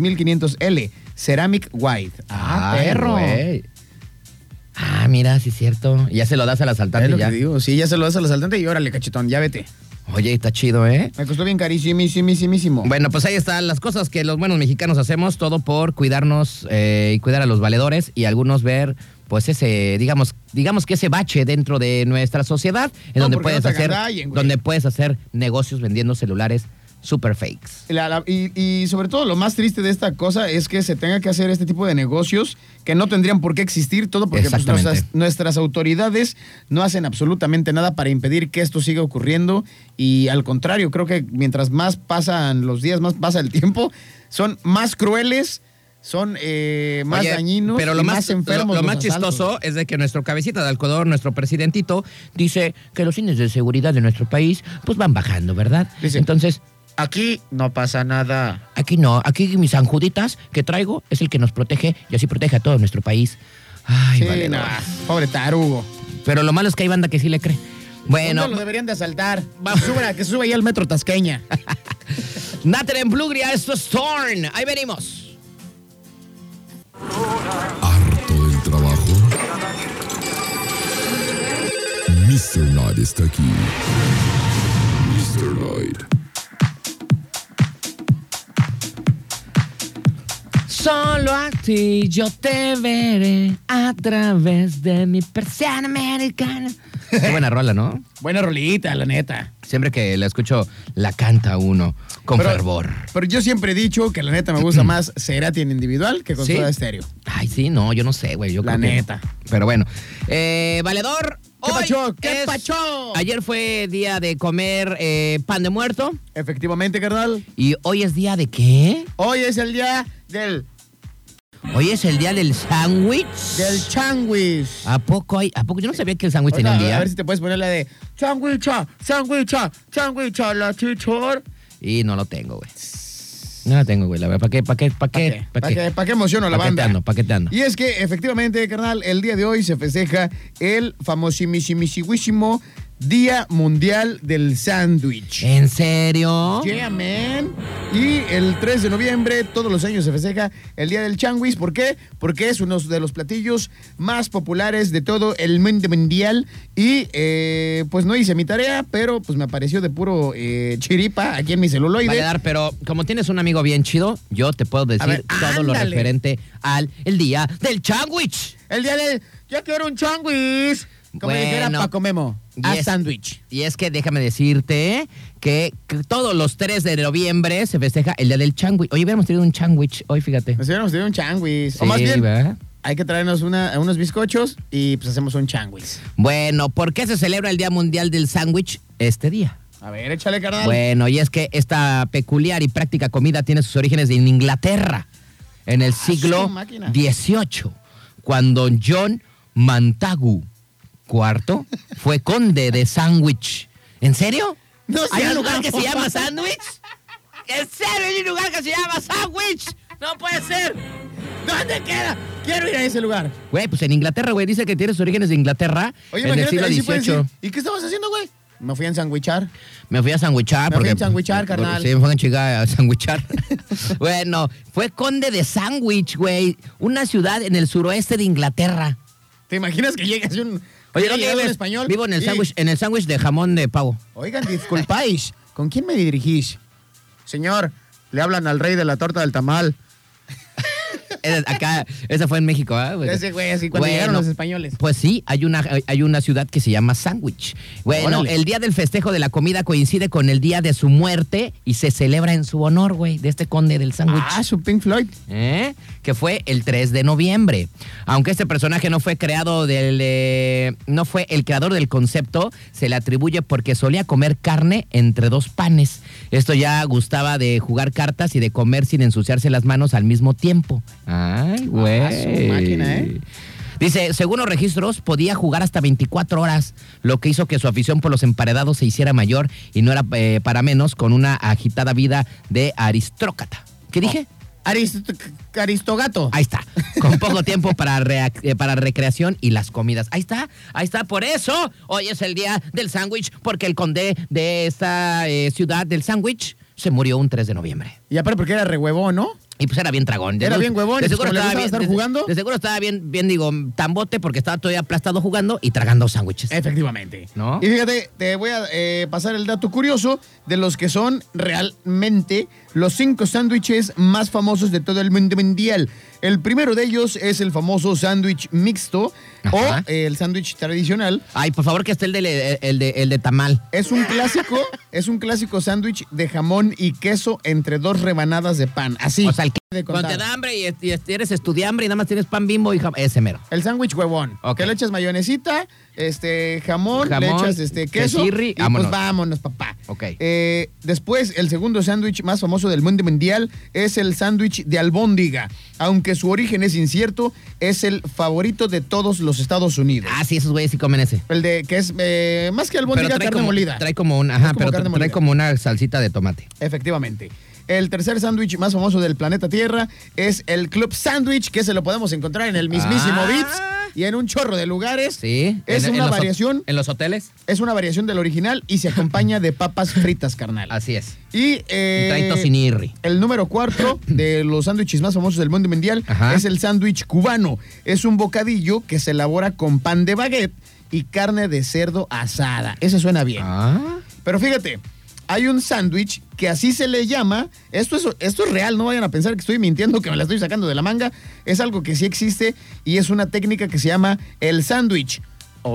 S3: C3500L, Ceramic White. Ah,
S2: Ay, güey. Ah, mira, sí es cierto. Ya se lo das al
S3: Es
S2: asaltante
S3: lo
S2: ya.
S3: que digo. Sí, ya se lo das al asaltante y órale, cachetón, ya vete.
S2: Oye, está chido, ¿eh?
S3: Me costó bien carísimísimísimo.
S2: Bueno, pues ahí están las cosas que los buenos mexicanos hacemos, todo por cuidarnos eh, y cuidar a los valedores y algunos ver, pues ese, digamos, digamos que ese bache dentro de nuestra sociedad, en
S3: No,
S2: donde
S3: porque
S2: puedes
S3: no te
S2: hacer,
S3: agandallen, güey.
S2: donde puedes hacer negocios vendiendo celulares super fakes.
S3: La- la- y, y sobre todo lo más triste de esta cosa es que se tenga que hacer este tipo de negocios que no tendrían por qué existir, todo porque pues,
S2: Exactamente.
S3: nuestras, nuestras autoridades no hacen absolutamente nada para impedir que esto siga ocurriendo y al contrario, creo que mientras más pasan los días, más pasa el tiempo, son más crueles, son eh, más
S2: Oye,
S3: dañinos,
S2: pero lo
S3: y
S2: más,
S3: enfermos.
S2: Lo, lo
S3: los
S2: más
S3: asaltos.
S2: chistoso es de que nuestro cabecita de algodón, nuestro presidentito, dice que los índices de seguridad de nuestro país pues van bajando, ¿verdad?
S3: Dice-
S2: Entonces,
S3: Aquí no pasa nada.
S2: Aquí no, aquí mis anjuditas que traigo es el que nos protege y así protege a todo nuestro país. Ay,
S3: Sí,
S2: vale.
S3: nah, pobre tarugo.
S2: Pero lo malo es que hay banda que sí le cree. Bueno,
S3: ¿Dónde lo deberían de asaltar?
S2: Vamos.
S3: Que suba- que suba ahí al metro Tasqueña.
S2: Nater en Plugria, esto es Thorn. Ahí venimos.
S1: ¿Harto del trabajo? Mr. Knight está aquí. Mr. Knight.
S2: Solo a ti yo te veré a través de mi persiana americana. Qué buena rola, ¿no?
S3: Buena rolita, la neta.
S2: Siempre que la escucho, la canta uno con
S3: Pero-
S2: fervor.
S3: Pero yo siempre he dicho que la neta me gusta más Cerati en individual que con
S2: ¿Sí?
S3: Soda Estéreo.
S2: Ay, sí, no, yo no sé, güey. Yo
S3: La
S2: creo que-
S3: neta.
S2: Pero bueno. Eh, valedor. hoy
S3: ¿Qué pacho? ¿Qué
S2: es-
S3: pacho?
S2: Ayer fue día de comer eh, pan de muerto.
S3: Efectivamente, carnal.
S2: ¿Y hoy es día de qué?
S3: Hoy es el día del,
S2: Hoy es el día del sándwich.
S3: del changuis.
S2: ¿A poco hay? ¿A poco? Yo no sabía que el sándwich tenía Ah, un
S3: Ahorita, a
S2: día.
S3: ver si te puedes poner la de changuicha, changuicha, changuicha, la chichor.
S2: Y no lo tengo, güey. No lo tengo, güey. La verdad, ¿para qué? ¿Para qué? ¿Para Eh, qué?
S3: ¿Para qué, Eh, pa' qué emociono a la
S2: Paqueteando,
S3: banda?
S2: paqueteando.
S3: Y es que efectivamente, carnal, el día de hoy se festeja el famosísimo Día Mundial del Sándwich.
S2: ¿En serio?
S3: Yeah, man. Y el 3 de noviembre, todos los años se festeja el Día del Changuis. ¿Por qué? Porque es uno de los platillos más populares de todo el mundo mundial. Y eh, pues no hice mi tarea, pero pues me apareció de puro eh, chiripa aquí en mi celuloide.
S2: Vale, Dar, pero como tienes un amigo bien chido, yo te puedo decir
S3: ver,
S2: todo lo
S3: ándale.
S2: referente al el día del sándwich.
S3: El Día del... Yo quiero un changuis. Como
S2: Bueno.
S3: dijera Paco Memo. A
S2: Yes.
S3: sándwich.
S2: Y es que déjame decirte que, que todos los 3 de noviembre se festeja el día del changuich. Hoy hubiéramos tenido un changuich, hoy fíjate.
S3: Nos hubiéramos tenido un changuis. o
S2: Sí,
S3: más bien,
S2: ¿verdad?
S3: hay que traernos una- unos bizcochos y pues hacemos un changuis.
S2: Bueno, ¿por qué se celebra el Día Mundial del Sándwich este día?
S3: A ver, échale, carnal.
S2: Bueno, y es que esta peculiar y práctica comida tiene sus orígenes en Inglaterra, en el
S3: Ah, su
S2: siglo
S3: máquina.
S2: XVIII, cuando John Montagu IV fue conde de Sandwich. ¿En serio?
S3: No
S2: ¿Hay
S3: seas
S2: un lugar que se
S3: mamón.
S2: llama Sandwich? ¿En serio hay un lugar que se llama Sandwich? ¡No puede ser!
S3: ¿Dónde queda? Quiero ir a ese lugar.
S2: Güey, pues en Inglaterra, güey, dice que tiene sus orígenes de Inglaterra
S3: Oye,
S2: en el
S3: imagínate,
S2: siglo
S3: ahí sí puedes
S2: XVIII.
S3: decir, ¿Y qué estabas haciendo, güey? Me fui a ensanguichar.
S2: Me fui a sandwichar.
S3: Me fui a
S2: porque-
S3: sandwichar,
S2: porque-
S3: carnal.
S2: Sí, me fui a chingar a sandwichar. bueno, fue conde de Sandwich, güey. Una ciudad en el suroeste de Inglaterra.
S3: ¿Te imaginas que llegas un...
S2: ¿no
S3: llega
S2: vives-
S3: un español?
S2: Vivo en el
S3: y-
S2: sándwich en el sándwich de jamón de pavo.
S3: Oigan, disculpáis, ¿con quién me dirigís? Señor, le hablan al rey de la torta del tamal.
S2: Eh, Acá, esa fue en México, ¿ah? güey?
S3: Ese güey, así cuando
S2: Bueno,
S3: llegaron los españoles.
S2: Pues sí, hay una, hay una ciudad que se llama Sandwich. Bueno,
S3: Órale.
S2: el día del festejo de la comida coincide con el día de su muerte y se celebra en su honor, güey, de este conde del sándwich.
S3: Ah, su Pink Floyd.
S2: ¿eh? que fue el 3 de noviembre. Aunque este personaje no fue creado del eh, no fue el creador del concepto, se le atribuye porque solía comer carne entre dos panes. Esto ya gustaba de jugar cartas y de comer sin ensuciarse las manos al mismo tiempo. Ay, güey.
S3: Ah, su máquina, ¿eh?
S2: Dice, según los registros, podía jugar hasta 24 horas, lo que hizo que su afición por los emparedados se hiciera mayor y no era eh, para menos con una agitada vida de aristócrata. ¿Qué dije?
S3: Oh. Arist- Aristogato.
S2: Ahí está. Con poco tiempo para, reac- eh, para recreación y las comidas. Ahí está. Ahí está. Por eso hoy es el día del sándwich, porque el conde de esta eh, ciudad del sándwich se murió un 3 de noviembre.
S3: Y aparte porque era rehuevón, ¿no?
S2: Y pues era bien tragón. De
S3: Era
S2: seguro-
S3: bien huevón, y
S2: De
S3: pues
S2: seguro
S3: como le
S2: estaba
S3: gustaba
S2: bien,
S3: estar
S2: de-
S3: jugando.
S2: De seguro estaba bien, bien, digo, tambote porque estaba todavía aplastado jugando y tragando sándwiches.
S3: Eh. Efectivamente.
S2: ¿No?
S3: Y fíjate, te voy a eh, pasar el dato curioso de los que son realmente los cinco sándwiches más famosos de todo el mundo mundial. El primero de ellos es el famoso sándwich mixto
S2: Ajá.
S3: o eh, el sándwich tradicional.
S2: Ay, por favor, que esté el de, el de, el de tamal.
S3: Es un clásico, es un clásico sándwich de jamón y queso entre dos rebanadas de pan. Así.
S2: o sea, el que
S3: de
S2: cuando
S3: contar.
S2: te da hambre y, y eres estudiambre y nada más tienes pan bimbo y jam- ese mero.
S3: El sándwich huevón.
S2: Ok.
S3: Que le echas mayonesita, este, jamón, le
S2: Jamón,
S3: echas este, queso.
S2: quesirri,
S3: y
S2: vámonos.
S3: pues vámonos, papá.
S2: Ok.
S3: Eh, después, el segundo sándwich más famoso del mundo mundial es el sándwich de albóndiga. Aunque su origen es incierto, es el favorito de todos los Estados Unidos.
S2: Ah, sí, esos güeyes sí comen ese.
S3: El de que es eh, más que albóndiga,
S2: trae
S3: carne
S2: como,
S3: molida.
S2: Trae como una,
S3: Es
S2: ajá,
S3: como
S2: pero
S3: carne
S2: tra- trae
S3: molida.
S2: como una salsita de tomate.
S3: Efectivamente. El tercer sándwich más famoso del planeta Tierra es el Club Sándwich, que se lo podemos encontrar en el mismísimo
S2: Ah.
S3: Beats y en un chorro de lugares.
S2: Sí.
S3: Es
S2: En- en
S3: una
S2: los hot-
S3: variación.
S2: En los hoteles.
S3: Es una variación del original y se acompaña de papas fritas, carnal.
S2: Así es.
S3: Y, eh,
S2: Y trae tocinirri.
S3: El número cuatro de los sándwiches más famosos del mundo mundial
S2: Ajá.
S3: es el sándwich cubano. Es un bocadillo que se elabora con pan de baguette y carne de cerdo asada. Ese suena bien.
S2: Ah.
S3: Pero fíjate, hay un sándwich que así se le llama. Esto es, esto es real, no vayan a pensar que estoy mintiendo, que me la estoy sacando de la manga. Es algo que sí existe y es una técnica que se llama el sándwich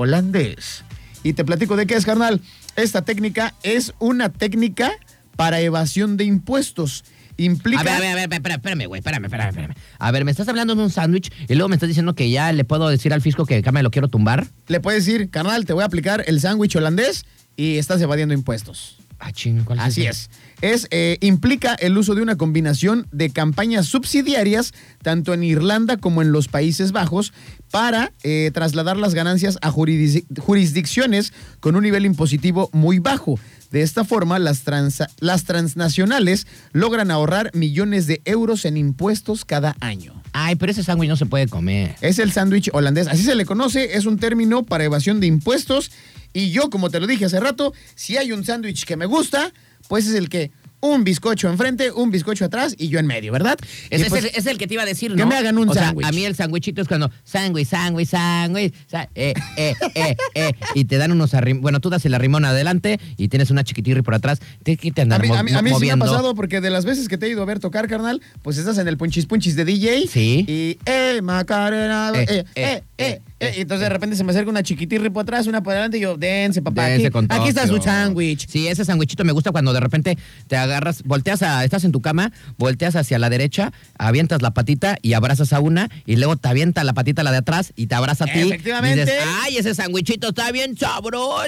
S3: holandés. Y te platico de qué es, carnal. Esta técnica es una técnica para evasión de impuestos. Implica.
S2: A ver, a ver, a ver, espera- espérame, güey, espérame, espérame, espérame. A ver, me estás hablando de un sándwich y luego me estás diciendo que ya le puedo decir al fisco que acá me lo quiero tumbar.
S3: Le puedes decir, carnal, te voy a aplicar el sándwich holandés y estás evadiendo impuestos.
S2: Ah, ching, ¿cuál
S3: Así
S2: ese?
S3: es. Es eh, implica el uso de una combinación de campañas subsidiarias tanto en Irlanda como en los Países Bajos para eh, trasladar las ganancias a jurisdic- jurisdicciones con un nivel impositivo muy bajo. De esta forma, las, transa- las transnacionales logran ahorrar millones de euros en impuestos cada año.
S2: Ay, pero ese sándwich no se puede comer.
S3: Es el sándwich holandés. Así se le conoce, es un término para evasión de impuestos. Y yo, como te lo dije hace rato, si hay un sándwich que me gusta, pues es el que un bizcocho enfrente, un bizcocho atrás y yo en medio, ¿verdad? Y
S2: Ese
S3: pues,
S2: es, el- es el que te iba a decir, ¿no?
S3: que me hagan un
S2: O sea,
S3: sándwich.
S2: a mí el sándwichito es cuando sándwich, sándwich, sándwich, sa- eh, eh, eh, eh, y te dan unos arrim... Bueno, tú das el arrimón adelante y tienes una chiquitirri por atrás. Tienes que te
S3: a
S2: andar
S3: mí,
S2: mo-
S3: a mí- a mí sí me ha
S2: moviendo.
S3: pasado porque de las veces que te he ido a ver tocar, carnal, pues estás en el punchis punchis de DJ.
S2: Sí.
S3: Y, eh, Macarena,
S2: Eh,
S3: eh, eh,
S2: eh,
S3: eh,
S2: eh,
S3: eh. Y entonces de repente se me acerca una chiquitirri por atrás, una por adelante y yo, dense, papá.
S2: Dense
S3: aquí,
S2: con
S3: aquí está su
S2: Tokio.
S3: sándwich.
S2: Sí, ese sándwichito me gusta cuando de repente te agarras, volteas a, estás en tu cama, volteas hacia la derecha, avientas la patita y abrazas a una, y luego te avienta la patita la de atrás y te abraza a ti.
S3: Efectivamente.
S2: Y dices, ay, ese sándwichito está bien sabroso.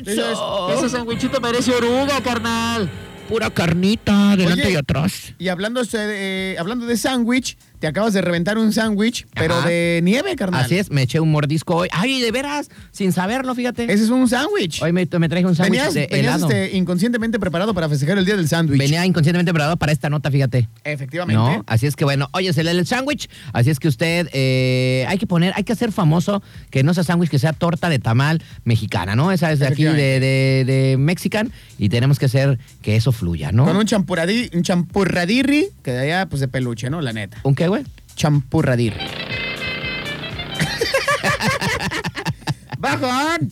S3: sándwichito merece oruga, carnal.
S2: pura carnita, delante
S3: Oye.
S2: y atrás.
S3: Y hablando, eh, hablando de sándwich, te acabas de reventar un sándwich, pero
S2: Ajá.
S3: de nieve, carnal.
S2: Así es, me eché un mordisco hoy. Ay, de veras, sin saberlo, fíjate.
S3: Ese es un sándwich.
S2: Hoy me, me traje un sándwich
S3: Venías,
S2: de
S3: venías,
S2: helado.
S3: este, inconscientemente preparado para festejar el día del sándwich.
S2: Venía inconscientemente preparado para esta nota, fíjate.
S3: Efectivamente.
S2: No, así es que bueno, oye, se lee el sándwich, así es que usted eh, hay que poner, hay que hacer famoso que no sea sándwich, que sea torta de tamal mexicana, ¿no? Esa es de aquí, de, de, de Mexican, y tenemos que hacer que eso fluya, ¿no?
S3: Con un, champuradí, un champurradirri, que de allá, pues de peluche, ¿no? La neta.
S2: ¿Un qué, güey?
S3: Champurradirri. ¡Bajón!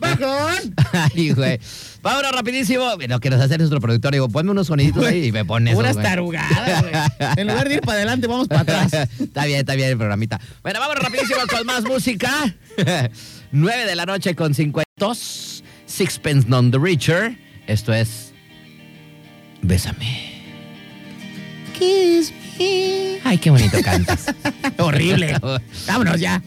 S3: ¡Bajón!
S2: Ay, güey. Vámonos rapidísimo. Lo que nos hace nuestro productor, digo, ponme unos soniditos ahí y me pones.
S3: Puras tarugadas, güey. En lugar de ir para adelante, vamos para atrás.
S2: está bien, está bien el programita. Bueno, vamos rapidísimo con más música. 9 de la noche con 52. Sixpence non the richer. Esto es. Bésame. Kiss me. Ay, qué bonito cantas.
S3: Horrible. Vámonos ya.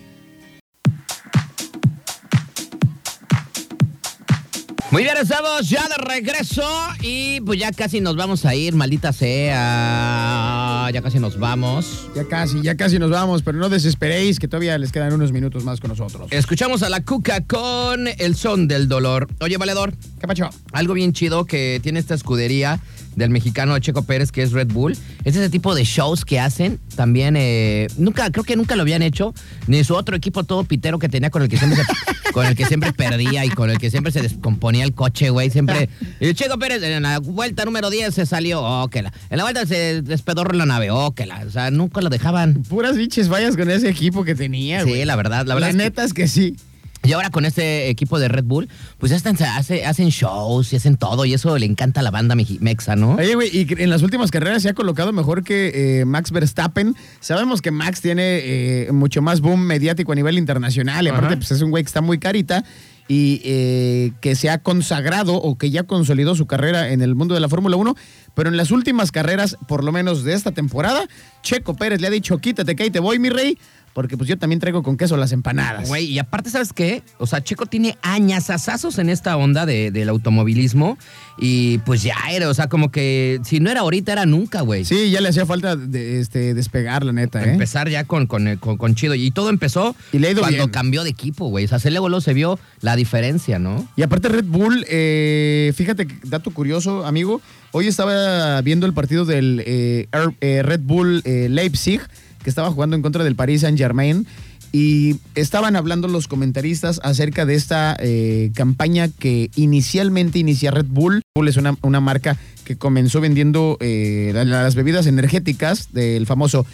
S2: Muy bien, estamos ya de regreso y pues ya casi nos vamos a ir, maldita sea. Ya casi nos vamos.
S3: Ya casi, ya casi nos vamos, pero no desesperéis que todavía les quedan unos minutos más con nosotros.
S2: Escuchamos a la Cuca con el son del dolor. Oye, valedor,
S3: ¿Qué pacho?
S2: algo bien chido que tiene esta escudería del mexicano Checo Pérez, que es Red Bull. Es ese tipo de shows que hacen. También, eh, nunca, creo que nunca lo habían hecho. Ni su otro equipo todo pitero que tenía con el que siempre, se- con el que siempre perdía y con el que siempre se descomponía el coche, güey. Siempre. Y Checo Pérez, en la vuelta número 10 se salió, oh, que la. En la vuelta se despedorró la nave, oh, que la. O sea, nunca lo dejaban.
S3: Puras biches vayas con ese equipo que tenía, güey.
S2: Sí, la verdad, la verdad. es que-
S3: neta es que sí.
S2: Y ahora con este equipo de Red Bull, pues ya están, se hace- hacen shows y hacen todo, y eso le encanta a la banda meji- mexa, ¿no?
S3: Oye, güey, y en las últimas carreras se ha colocado mejor que eh, Max Verstappen. Sabemos que Max tiene eh, mucho más boom mediático a nivel internacional. Y aparte,
S2: Ajá.
S3: pues es un güey que está muy carita y eh, que se ha consagrado o que ya consolidó su carrera en el mundo de la Fórmula 1. Pero en las últimas carreras, por lo menos de esta temporada, Checo Pérez le ha dicho, quítate que ahí te voy, mi rey, porque pues yo también traigo con queso las empanadas.
S2: Güey, y aparte, ¿sabes qué? O sea, Checo tiene añazazazos en esta onda de- del automovilismo, y pues ya era, o sea, como que si no era ahorita, era nunca, güey.
S3: Sí, ya le hacía falta de- este, despegar, la neta, ¿eh?
S2: Empezar ya con, con, con- con chido. Y todo empezó
S3: Y le ha ido
S2: cuando
S3: bien.
S2: cambió de equipo, güey. O sea, se luego, luego se vio la diferencia, ¿no?
S3: Y aparte Red Bull, eh, fíjate, que- dato curioso, amigo, hoy estaba viendo el partido del eh, Air- eh, Red Bull eh, Leipzig, que estaba jugando en contra del Paris Saint Germain, y estaban hablando los comentaristas acerca de esta eh, campaña que inicialmente inicia Red Bull. Red Bull es una, una marca que comenzó vendiendo eh, la- las bebidas energéticas del famoso...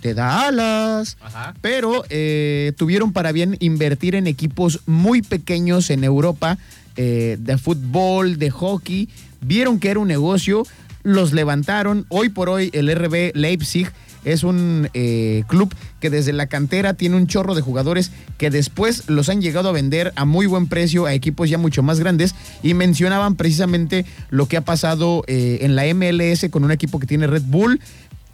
S3: Te da alas,
S2: Ajá.
S3: pero eh, tuvieron para bien invertir en equipos muy pequeños en Europa, eh, de fútbol, de hockey. Vieron que era un negocio, los levantaron. Hoy por hoy el RB Leipzig es un eh, club que desde la cantera tiene un chorro de jugadores que después los han llegado a vender a muy buen precio a equipos ya mucho más grandes y mencionaban precisamente lo que ha pasado eh, en la MLS con un equipo que tiene Red Bull,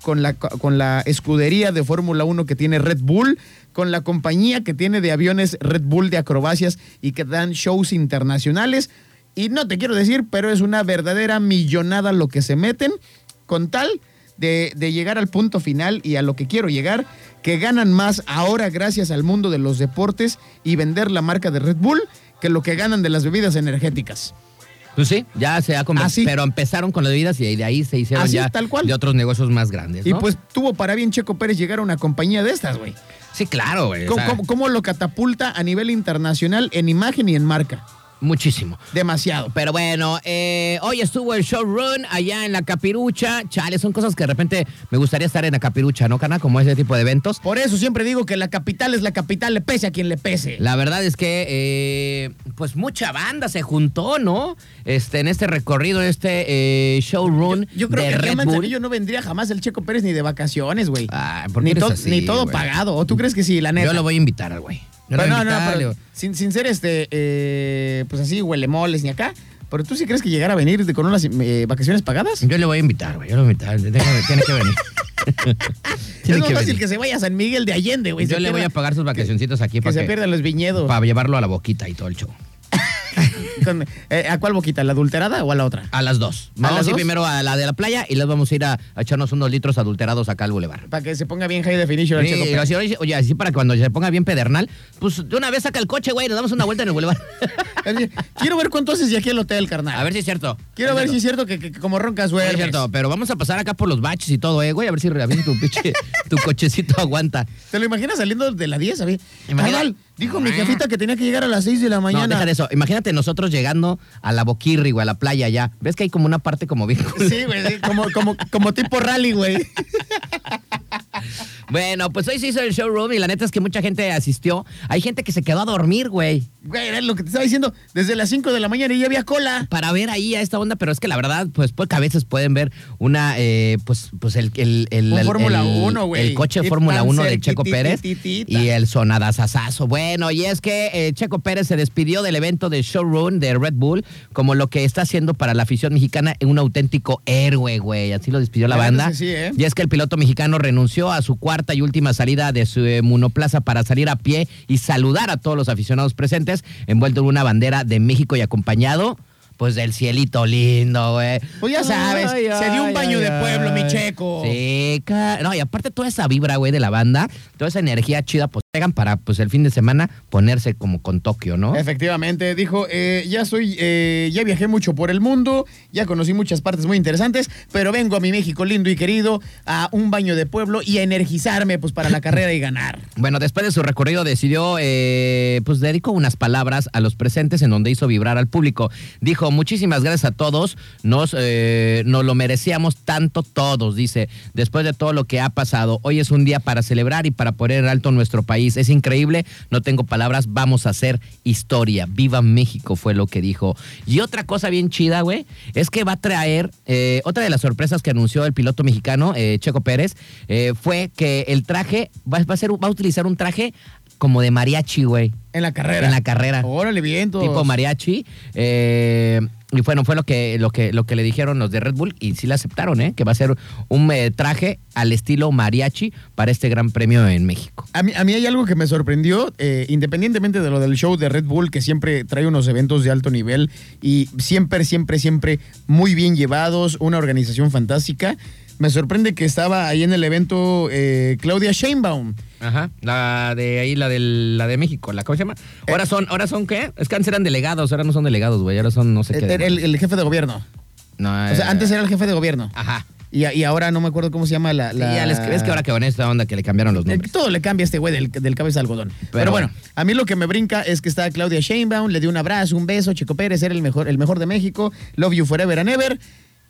S3: con la, con la escudería de Fórmula 1 que tiene Red Bull, con la compañía que tiene de aviones Red Bull de acrobacias y que dan shows internacionales. Y no te quiero decir, pero es una verdadera millonada lo que se meten con tal de, de llegar al punto final y a lo que quiero llegar, que ganan más ahora gracias al mundo de los deportes y vender la marca de Red Bull que lo que ganan de las bebidas energéticas.
S2: Pues sí, ya se ha convertido.
S3: Así.
S2: Pero empezaron con las bebidas y de ahí se hicieron
S3: Ah, Así,
S2: ya
S3: tal cual.
S2: de otros negocios más grandes.
S3: Y
S2: ¿no?
S3: pues tuvo para bien Checo Pérez llegar a una compañía de estas, güey.
S2: Sí, claro, güey. o
S3: ¿Cómo,
S2: sea,
S3: cómo- cómo lo catapulta a nivel internacional en imagen y en marca?
S2: Muchísimo.
S3: Demasiado.
S2: Pero bueno, eh, hoy estuvo el showrun allá en la Capirucha. Chale, son cosas que de repente me gustaría estar en la Capirucha, ¿no, Cana? Como ese tipo de eventos.
S3: Por eso siempre digo que la capital es la capital, le pese a quien le pese.
S2: La verdad es que, eh, pues mucha banda se juntó, ¿no? Este, en este recorrido, en este eh, showrun
S3: Yo creo
S2: de
S3: que aquí a
S2: Red Bull.
S3: Manzanillo no vendría jamás el Checo Pérez ni de vacaciones, güey.
S2: Ah, ¿por qué
S3: ni,
S2: eres
S3: to-
S2: así,
S3: ni todo
S2: güey?
S3: pagado. ¿O tú crees que sí, la neta?
S2: Yo lo voy a invitar al güey. Yo lo
S3: Pero
S2: voy a
S3: no, no,
S2: invitar, le
S3: pero
S2: digo,
S3: sin, sin ser este, eh, pues así, huelemoles ni acá. Pero tú sí crees que llegar a venir de- con unas eh, vacaciones pagadas?
S2: Yo le voy a invitar, güey. Yo le voy a invitar. Déjame- tiene que venir.
S3: es
S2: tiene
S3: más
S2: que
S3: fácil
S2: venir.
S3: que se vaya a San Miguel de Allende, güey.
S2: Yo
S3: se
S2: le voy
S3: pierda-
S2: a pagar sus vacacioncitos aquí
S3: Que
S2: para,
S3: se
S2: que-
S3: pierdan los viñedos.
S2: para llevarlo a la boquita y todo el show.
S3: Con- eh, ¿A cuál boquita? ¿La adulterada o a la otra?
S2: A las dos. Vamos
S3: las
S2: a ir
S3: dos?
S2: primero a la de la playa y luego vamos a ir a, a echarnos unos litros adulterados acá al bulevar.
S3: Para que se ponga bien high definition el
S2: Sí,
S3: Checo
S2: y
S3: Pérez.
S2: así, oye, oye, así para cuando se ponga bien pedernal, pues de una vez saca el coche, güey, nos damos una vuelta en el bulevar.
S3: Así, Quiero ver cuánto haces de aquí al hotel, carnal.
S2: a ver si es cierto.
S3: Quiero ver si es
S2: es
S3: cierto que, que- que como roncas,
S2: cierto.
S3: güey.
S2: Sí, es cierto, pero vamos a pasar acá por los baches y todo, eh, güey, a ver si, a ver si tu pinche- tu cochecito aguanta.
S3: ¿Te lo imaginas saliendo de la 10? A ver.
S2: Imagina-
S3: Carnal, dijo mi jefita que tenía que llegar a las 6 de la mañana.
S2: No, deja de eso. Imagínate nosotros llegando a la Boquirri, güey, a la playa allá. ¿Ves que hay como una parte como bien? cool?
S3: Sí, güey, sí, como, como, como tipo rally, güey.
S2: Bueno, pues hoy se hizo el showroom y la neta es que mucha gente asistió. Hay gente que se quedó a dormir, güey.
S3: Güey, era lo que te estaba diciendo. Desde las 5 de la mañana y ya había cola.
S2: para ver ahí a esta onda, pero es que la verdad, pues pocas veces pueden ver una, eh, pues, pues el, el, el,
S3: Un
S2: el-
S3: Fórmula
S2: el-
S3: 1, güey.
S2: el coche
S3: Y
S2: Fórmula
S3: tan
S2: 1 de Checo Pérez
S3: cerquitititita.
S2: y el sonadazazazo. Bueno, y es que eh, Checo Pérez se despidió del evento de showroom de Red Bull como lo que está haciendo para la afición mexicana un auténtico héroe, güey. Así lo despidió la
S3: La verdad
S2: banda.
S3: es que sí, ¿eh?
S2: Y es que el piloto mexicano renunció a su cuarta y última salida de su eh, monoplaza para salir a pie y saludar a todos los aficionados presentes, envuelto en una bandera de México y acompañado, pues, del cielito lindo, güey.
S3: Pues ya sabes,
S2: Ay,
S3: se dio un
S2: ay,
S3: baño
S2: ay,
S3: de
S2: ay.
S3: pueblo, mi Checo.
S2: Sí, ca- no, y aparte toda esa vibra, güey, de la banda, toda esa energía chida, pues, pegan para, pues, el fin de semana ponerse como con Tokio, ¿no?
S3: Efectivamente, dijo, eh, ya soy, eh, ya viajé mucho por el mundo, ya conocí muchas partes muy interesantes, pero vengo a mi México lindo y querido, a un baño de pueblo y a energizarme pues para la carrera y ganar.
S2: Bueno, después de su recorrido decidió, eh, pues dedicó unas palabras a los presentes en donde hizo vibrar al público. Dijo, muchísimas gracias a todos, nos, eh, nos lo merecíamos tanto todos, dice, después de todo lo que ha pasado, hoy es un día para celebrar y para poner en alto nuestro país. Es increíble, no tengo palabras, vamos a hacer historia. Viva México fue lo que dijo. Y otra cosa bien chida, güey, es que va a traer, eh, otra de las sorpresas que anunció el piloto mexicano, eh, Checo Pérez, eh, fue que el traje, va, va a ser, va a utilizar un traje como de mariachi, güey.
S3: En la carrera.
S2: En la carrera.
S3: Órale, viento.
S2: Tipo mariachi. eh, y bueno, fue lo que, lo, que, lo que le dijeron los de Red Bull y sí la aceptaron, ¿eh? Que va a ser un eh, traje al estilo mariachi para este gran premio en México.
S3: A mí, a mí hay algo que me sorprendió, eh, independientemente de lo del show de Red Bull, que siempre trae unos eventos de alto nivel y siempre, siempre, siempre muy bien llevados, una organización fantástica. Me sorprende que estaba ahí en el evento eh, Claudia Sheinbaum.
S2: Ajá, la de ahí, la de, la de México, la, ¿cómo se llama?
S3: Eh.
S2: Ahora son, ahora son, ¿qué? Es que antes eran delegados, ahora no son delegados, güey, ahora son no sé qué.
S3: Eh, El, el- el jefe de gobierno.
S2: no, eh,
S3: O sea, antes era el jefe de gobierno.
S2: Ajá.
S3: Y, a- y ahora no me acuerdo cómo se llama la...
S2: Sí,
S3: la-
S2: ya les, es que ahora que van esta onda que le cambiaron los
S3: Eh,
S2: nombres.
S3: Todo le cambia a este güey del, del cabeza de algodón. Pero,
S2: Pero
S3: bueno,
S2: bueno.
S3: a mí lo que me brinca es que está Claudia Sheinbaum, le dio un abrazo, un beso, Chico Pérez era el mejor, el mejor de México, love you forever and ever.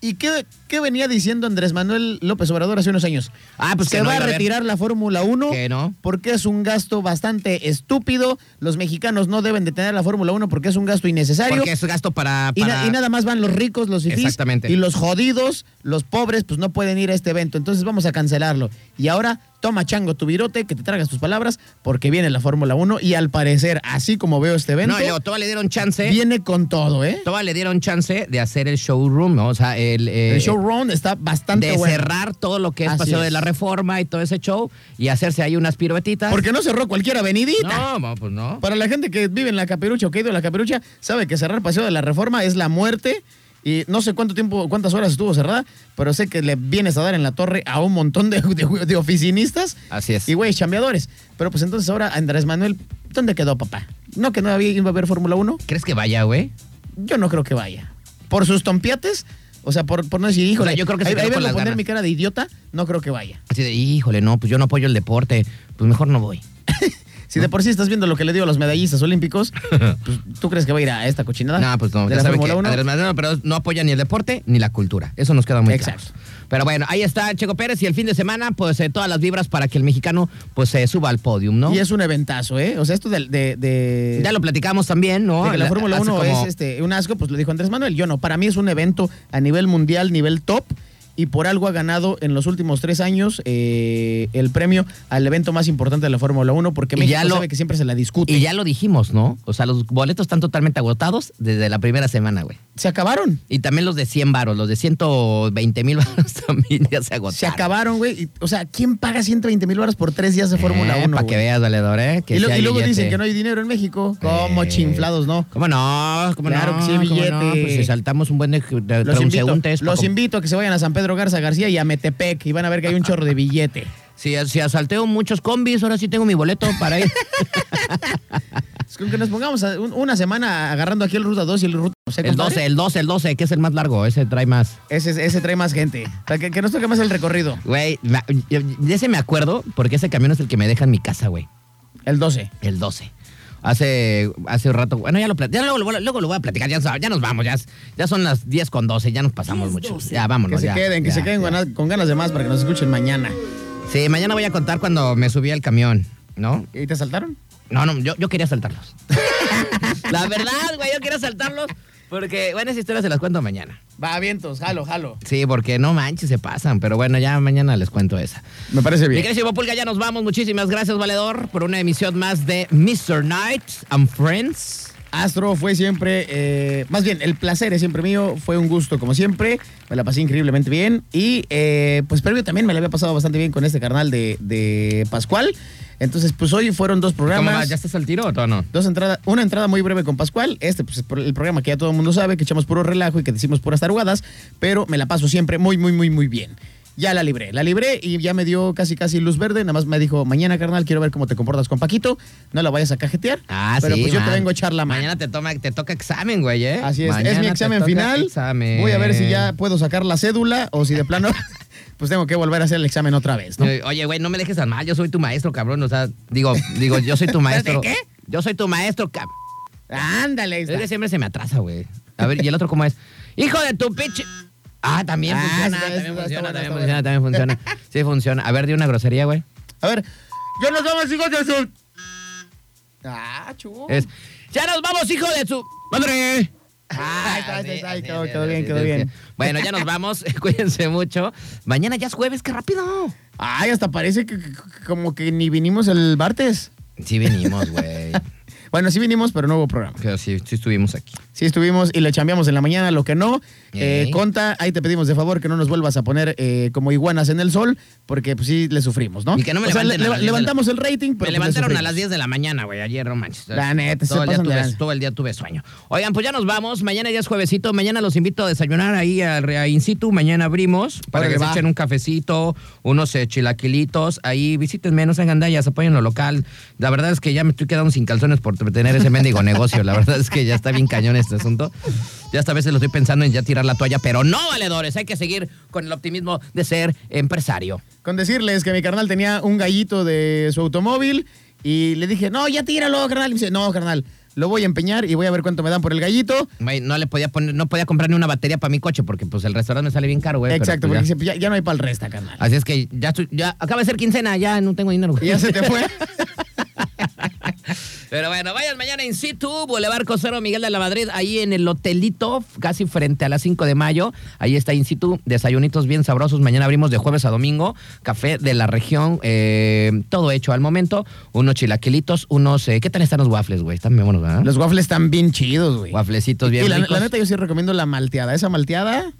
S3: ¿Y qué, qué venía diciendo Andrés Manuel López Obrador hace unos años?
S2: Ah, pues
S3: se
S2: que no
S3: va a
S2: iba a haber.
S3: retirar la Fórmula 1
S2: Que no.
S3: porque es un gasto bastante estúpido. Los mexicanos no deben de tener la Fórmula 1 porque es un gasto innecesario.
S2: Porque es gasto para...
S3: Y, na-
S2: para-
S3: y nada más van los ricos, los fifís.
S2: Exactamente.
S3: Y los jodidos, los pobres, pues no pueden ir a este evento. Entonces vamos a cancelarlo. Y ahora toma chango tu virote, que te tragas tus palabras, porque viene la Fórmula 1 y al parecer, así como veo este evento,
S2: No, y luego, todavía le dieron chance...
S3: viene con todo, ¿eh?
S2: Todavía le dieron chance de hacer el showroom, ¿no? O sea, el... eh,
S3: El showround está bastante
S2: de
S3: bueno.
S2: cerrar todo lo que es
S3: Así
S2: Paseo de
S3: es.
S2: la Reforma y todo ese show y hacerse ahí unas piruetitas.
S3: Porque no cerró cualquier avenidita.
S2: No, no, pues no.
S3: Para la gente que vive en la caperucha o que ha ido a la caperucha, sabe que cerrar Paseo de la Reforma es la muerte. Y no sé cuánto tiempo, cuántas horas estuvo cerrada, pero sé que le vienes a dar en la torre a un montón de, de- de oficinistas.
S2: Así es.
S3: Y güey, chambeadores. Pero pues entonces ahora Andrés Manuel, ¿dónde quedó papá? No, que no había, iba a haber Fórmula 1.
S2: ¿Crees que vaya, güey?
S3: Yo no creo que vaya. por sus tompiates, o sea, por, por no decir, híjole,
S2: O sea, yo creo que se
S3: ahí,
S2: quedó
S3: ahí
S2: con
S3: vengo a
S2: las
S3: poner
S2: ganas.
S3: mi cara de idiota, no creo que vaya.
S2: Así de, híjole, no, pues yo no apoyo el deporte, pues mejor no voy.
S3: Si de por sí estás viendo lo que le dio a los medallistas olímpicos, pues, ¿tú crees que va a ir a esta cochinada?
S2: No, pues no,
S3: Ah, de
S2: ya
S3: la
S2: saben que
S3: Fórmula 1.
S2: Andrés Manuel López Obrador no apoya ni el deporte ni la cultura. Eso nos queda muy
S3: Exacto.
S2: claro. Pero bueno, ahí está Checo Pérez y el fin de semana, pues eh, todas las vibras para que el mexicano pues se suba al podium, ¿no?
S3: Y es un eventazo, ¿eh? O sea, esto del- de, de,
S2: ya lo platicamos también, ¿no?
S3: de que la Fórmula
S2: hace
S3: 1
S2: como-
S3: es este, un asco, pues lo dijo Andrés Manuel. Yo no, para mí es un evento a nivel mundial, nivel top, y por algo ha ganado en los últimos tres años eh, el premio al evento más importante de la Fórmula 1, porque
S2: Y
S3: México
S2: ya lo-
S3: sabe que siempre se la discute.
S2: Y ya lo dijimos, ¿no? O sea, los boletos están totalmente agotados desde la primera semana, güey.
S3: Se acabaron.
S2: Y también los de 100 varos, los de 120 mil varos también ya se agotaron.
S3: Se acabaron, güey. Y, O sea, ¿quién paga 120 mil dólares por tres días de Fórmula 1?
S2: Para Eh, que
S3: güey?
S2: veas, valedor, ¿eh? Que
S3: y, lo-
S2: sí hay
S3: y luego
S2: billete.
S3: dicen que no hay dinero en México. Como
S2: Eh,
S3: chinflados, ¿no?
S2: ¿Cómo no? ¿Cómo
S3: Claro
S2: no?
S3: que sí,
S2: ¿Cómo
S3: billete.
S2: no? Pues si saltamos un buen de, de
S3: Los invito,
S2: transeúntes,
S3: los
S2: Paco.
S3: invito a que se vayan a San Pedro Garza García y a Metepec y van a ver que hay un chorro de billete.
S2: Si, si asalteo muchos combis, ahora sí tengo mi boleto para ir.
S3: Es con que nos pongamos a- un- una semana agarrando aquí el Ruta 2 y el Ruta no sé,
S2: el
S3: compadre.
S2: 12, el 12, el 12, que es el más largo, ese trae más.
S3: Ese, ese trae más gente. O sea, que, que nos toque más el recorrido.
S2: Güey, la- yo- de ese me acuerdo porque ese camión es el que me deja en mi casa, güey.
S3: El 12.
S2: El 12. Hace, hace un rato, bueno, ya lo plat- ya luego, lo- luego lo voy a platicar, ya, ya nos vamos, ya, es- ya son las 10 con 12, ya nos pasamos mucho. Ya
S3: Que
S2: vámonos.
S3: se
S2: ya,
S3: queden, que
S2: ya,
S3: se
S2: ya.
S3: queden con, ganas- con ganas de más para que nos escuchen mañana.
S2: Sí, mañana voy a contar cuando me subí al camión, ¿no?
S3: ¿Y te saltaron?
S2: No, no, yo, yo quería saltarlos. la verdad, güey, yo quería saltarlos porque, bueno, esas historias se las cuento mañana.
S3: Va, vientos, jalo, jalo.
S2: Sí, porque no manches, se pasan, pero bueno, ya mañana les cuento esa.
S3: Me parece
S2: Mi querido Pulga, ya nos vamos. Muchísimas gracias, Valedor, por una emisión más de Mr. Knight and Friends.
S3: Astro fue siempre, eh, más bien, el placer es siempre mío, fue un gusto como siempre, me la pasé increíblemente bien y eh, pues previo también me la había pasado bastante bien con este carnal de, de Pascual, entonces pues hoy fueron dos
S2: ¿Cómo va?
S3: programas.
S2: ¿Ya estás al tiro o todavía no?
S3: Dos entradas, una entrada muy breve con Pascual, este pues es por el programa que ya todo el mundo sabe, que echamos puro relajo y que decimos puras tarugadas, pero me la paso siempre muy, muy, muy, muy bien. Ya la libré, la libré y ya me dio casi, casi luz verde, nada más me dijo, mañana carnal, quiero ver cómo te comportas con Paquito, no la vayas a cajetear,
S2: Ah,
S3: pero
S2: sí,
S3: pues yo te
S2: man.
S3: vengo a echar la mano.
S2: Mañana te, toma, te toca examen, güey, ¿eh?
S3: Así es,
S2: Mañana
S3: es mi
S2: te
S3: examen
S2: toca
S3: final.
S2: examen.
S3: Voy a ver si ya puedo sacar la cédula o si de plano pues tengo que volver a hacer el examen otra vez, ¿no?
S2: Eh, Oye, güey, no me dejes tan mal, yo soy tu maestro, cabrón. O sea, digo, digo, yo soy tu maestro.
S3: ¿Qué?
S2: Yo soy tu maestro, cabrón.
S3: Ándale, ahí está.
S2: Es que siempre se me atrasa, güey. A ver, ¿y el otro cómo es? ¡Hijo de tu pinche! Ah, también
S3: Ah,
S2: funciona,
S3: sí, está-
S2: también
S3: está
S2: funciona,
S3: buena,
S2: también
S3: está
S2: funciona,
S3: buena.
S2: también funciona. Sí funciona. A ver, di una grosería, güey.
S3: A ver. Yo nos vamos, hijos de su. Ah, chulo.
S2: Es, ¡Ya nos vamos, hijo de su madre!
S3: Ah, ahí está, ahí está, ahí
S2: sí,
S3: quedó,
S2: sí,
S3: quedó
S2: sí,
S3: bien,
S2: sí,
S3: quedó
S2: sí,
S3: bien.
S2: sí. Bueno, ya nos vamos. Cuídense mucho. Mañana ya es jueves, qué rápido.
S3: Ay, hasta parece que, que- que- como que ni vinimos el martes.
S2: Sí venimos, güey.
S3: Bueno, sí vinimos, pero no hubo programa.
S2: Pero sí, sí estuvimos aquí.
S3: Sí estuvimos y le chambeamos en la mañana, lo que no. Eh,
S2: Ey.
S3: Conta, ahí te pedimos de favor que no nos vuelvas a poner eh, como iguanas en el sol, porque pues sí le sufrimos, ¿no?
S2: Y que no me
S3: o sea,
S2: levanten a las diez de la-
S3: levantamos el rating, pero
S2: Me
S3: pues, le
S2: levantaron a
S3: sufrimos.
S2: las 10 de la mañana, güey, ayer, no manches.
S3: La neta, se
S2: todo, el día
S3: pasan de
S2: tuve,
S3: lanza.
S2: todo el día tuve sueño. Oigan, pues ya nos vamos. Mañana ya es juevesito. Mañana los invito a desayunar ahí a, a In Situ. Mañana abrimos para
S3: Órale,
S2: que se
S3: va.
S2: echen un cafecito, unos eh, chilaquilitos. Ahí visítenme, no sean gandallas, apoyen lo local. La verdad es que ya me estoy quedando sin calzones por tener ese mendigo negocio. La verdad es que ya está bien cañón este asunto. Ya hasta a veces lo estoy pensando en ya tirar la toalla, pero no valedores. Hay que seguir con el optimismo de ser empresario.
S3: Con decirles que mi carnal tenía un gallito de su automóvil y le dije, no, ya tíralo, carnal. Y me dice, no, carnal, lo voy a empeñar y voy a ver cuánto me dan por el gallito.
S2: Güey, no le podía poner, no podía comprar ni una batería para mi coche porque pues el restaurante me sale bien caro, güey. pero,
S3: Exacto,
S2: pues,
S3: porque
S2: ya.
S3: dice, ya, ya no hay para el resta, carnal.
S2: Así es que ya, estoy- ya acaba de ser quincena, ya no tengo dinero.
S3: Y
S2: güey.
S3: ya se te fue.
S2: Pero bueno, vayan mañana in situ, Boulevard Cosero Miguel de la Madrid, ahí en el hotelito, casi frente a las 5 de mayo. Ahí está in situ, desayunitos bien sabrosos. Mañana abrimos de jueves a domingo, café de la región, eh, todo hecho al momento. Unos chilaquilitos, unos... eh, ¿Qué tal están los waffles, güey? Están bien buenos, ¿verdad?
S3: Los waffles están bien chidos, güey.
S2: wafflecitos bien
S3: Y la,
S2: ricos.
S3: la neta, yo sí recomiendo la malteada. Esa malteada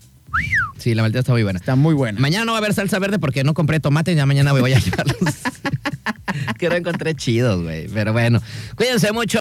S2: sí, la malteada está muy buena.
S3: está muy buena.
S2: Mañana no va a haber salsa verde porque no compré tomate, ya mañana me voy a llevarlos. que no encontré chidos, güey. Pero bueno, cuídense mucho.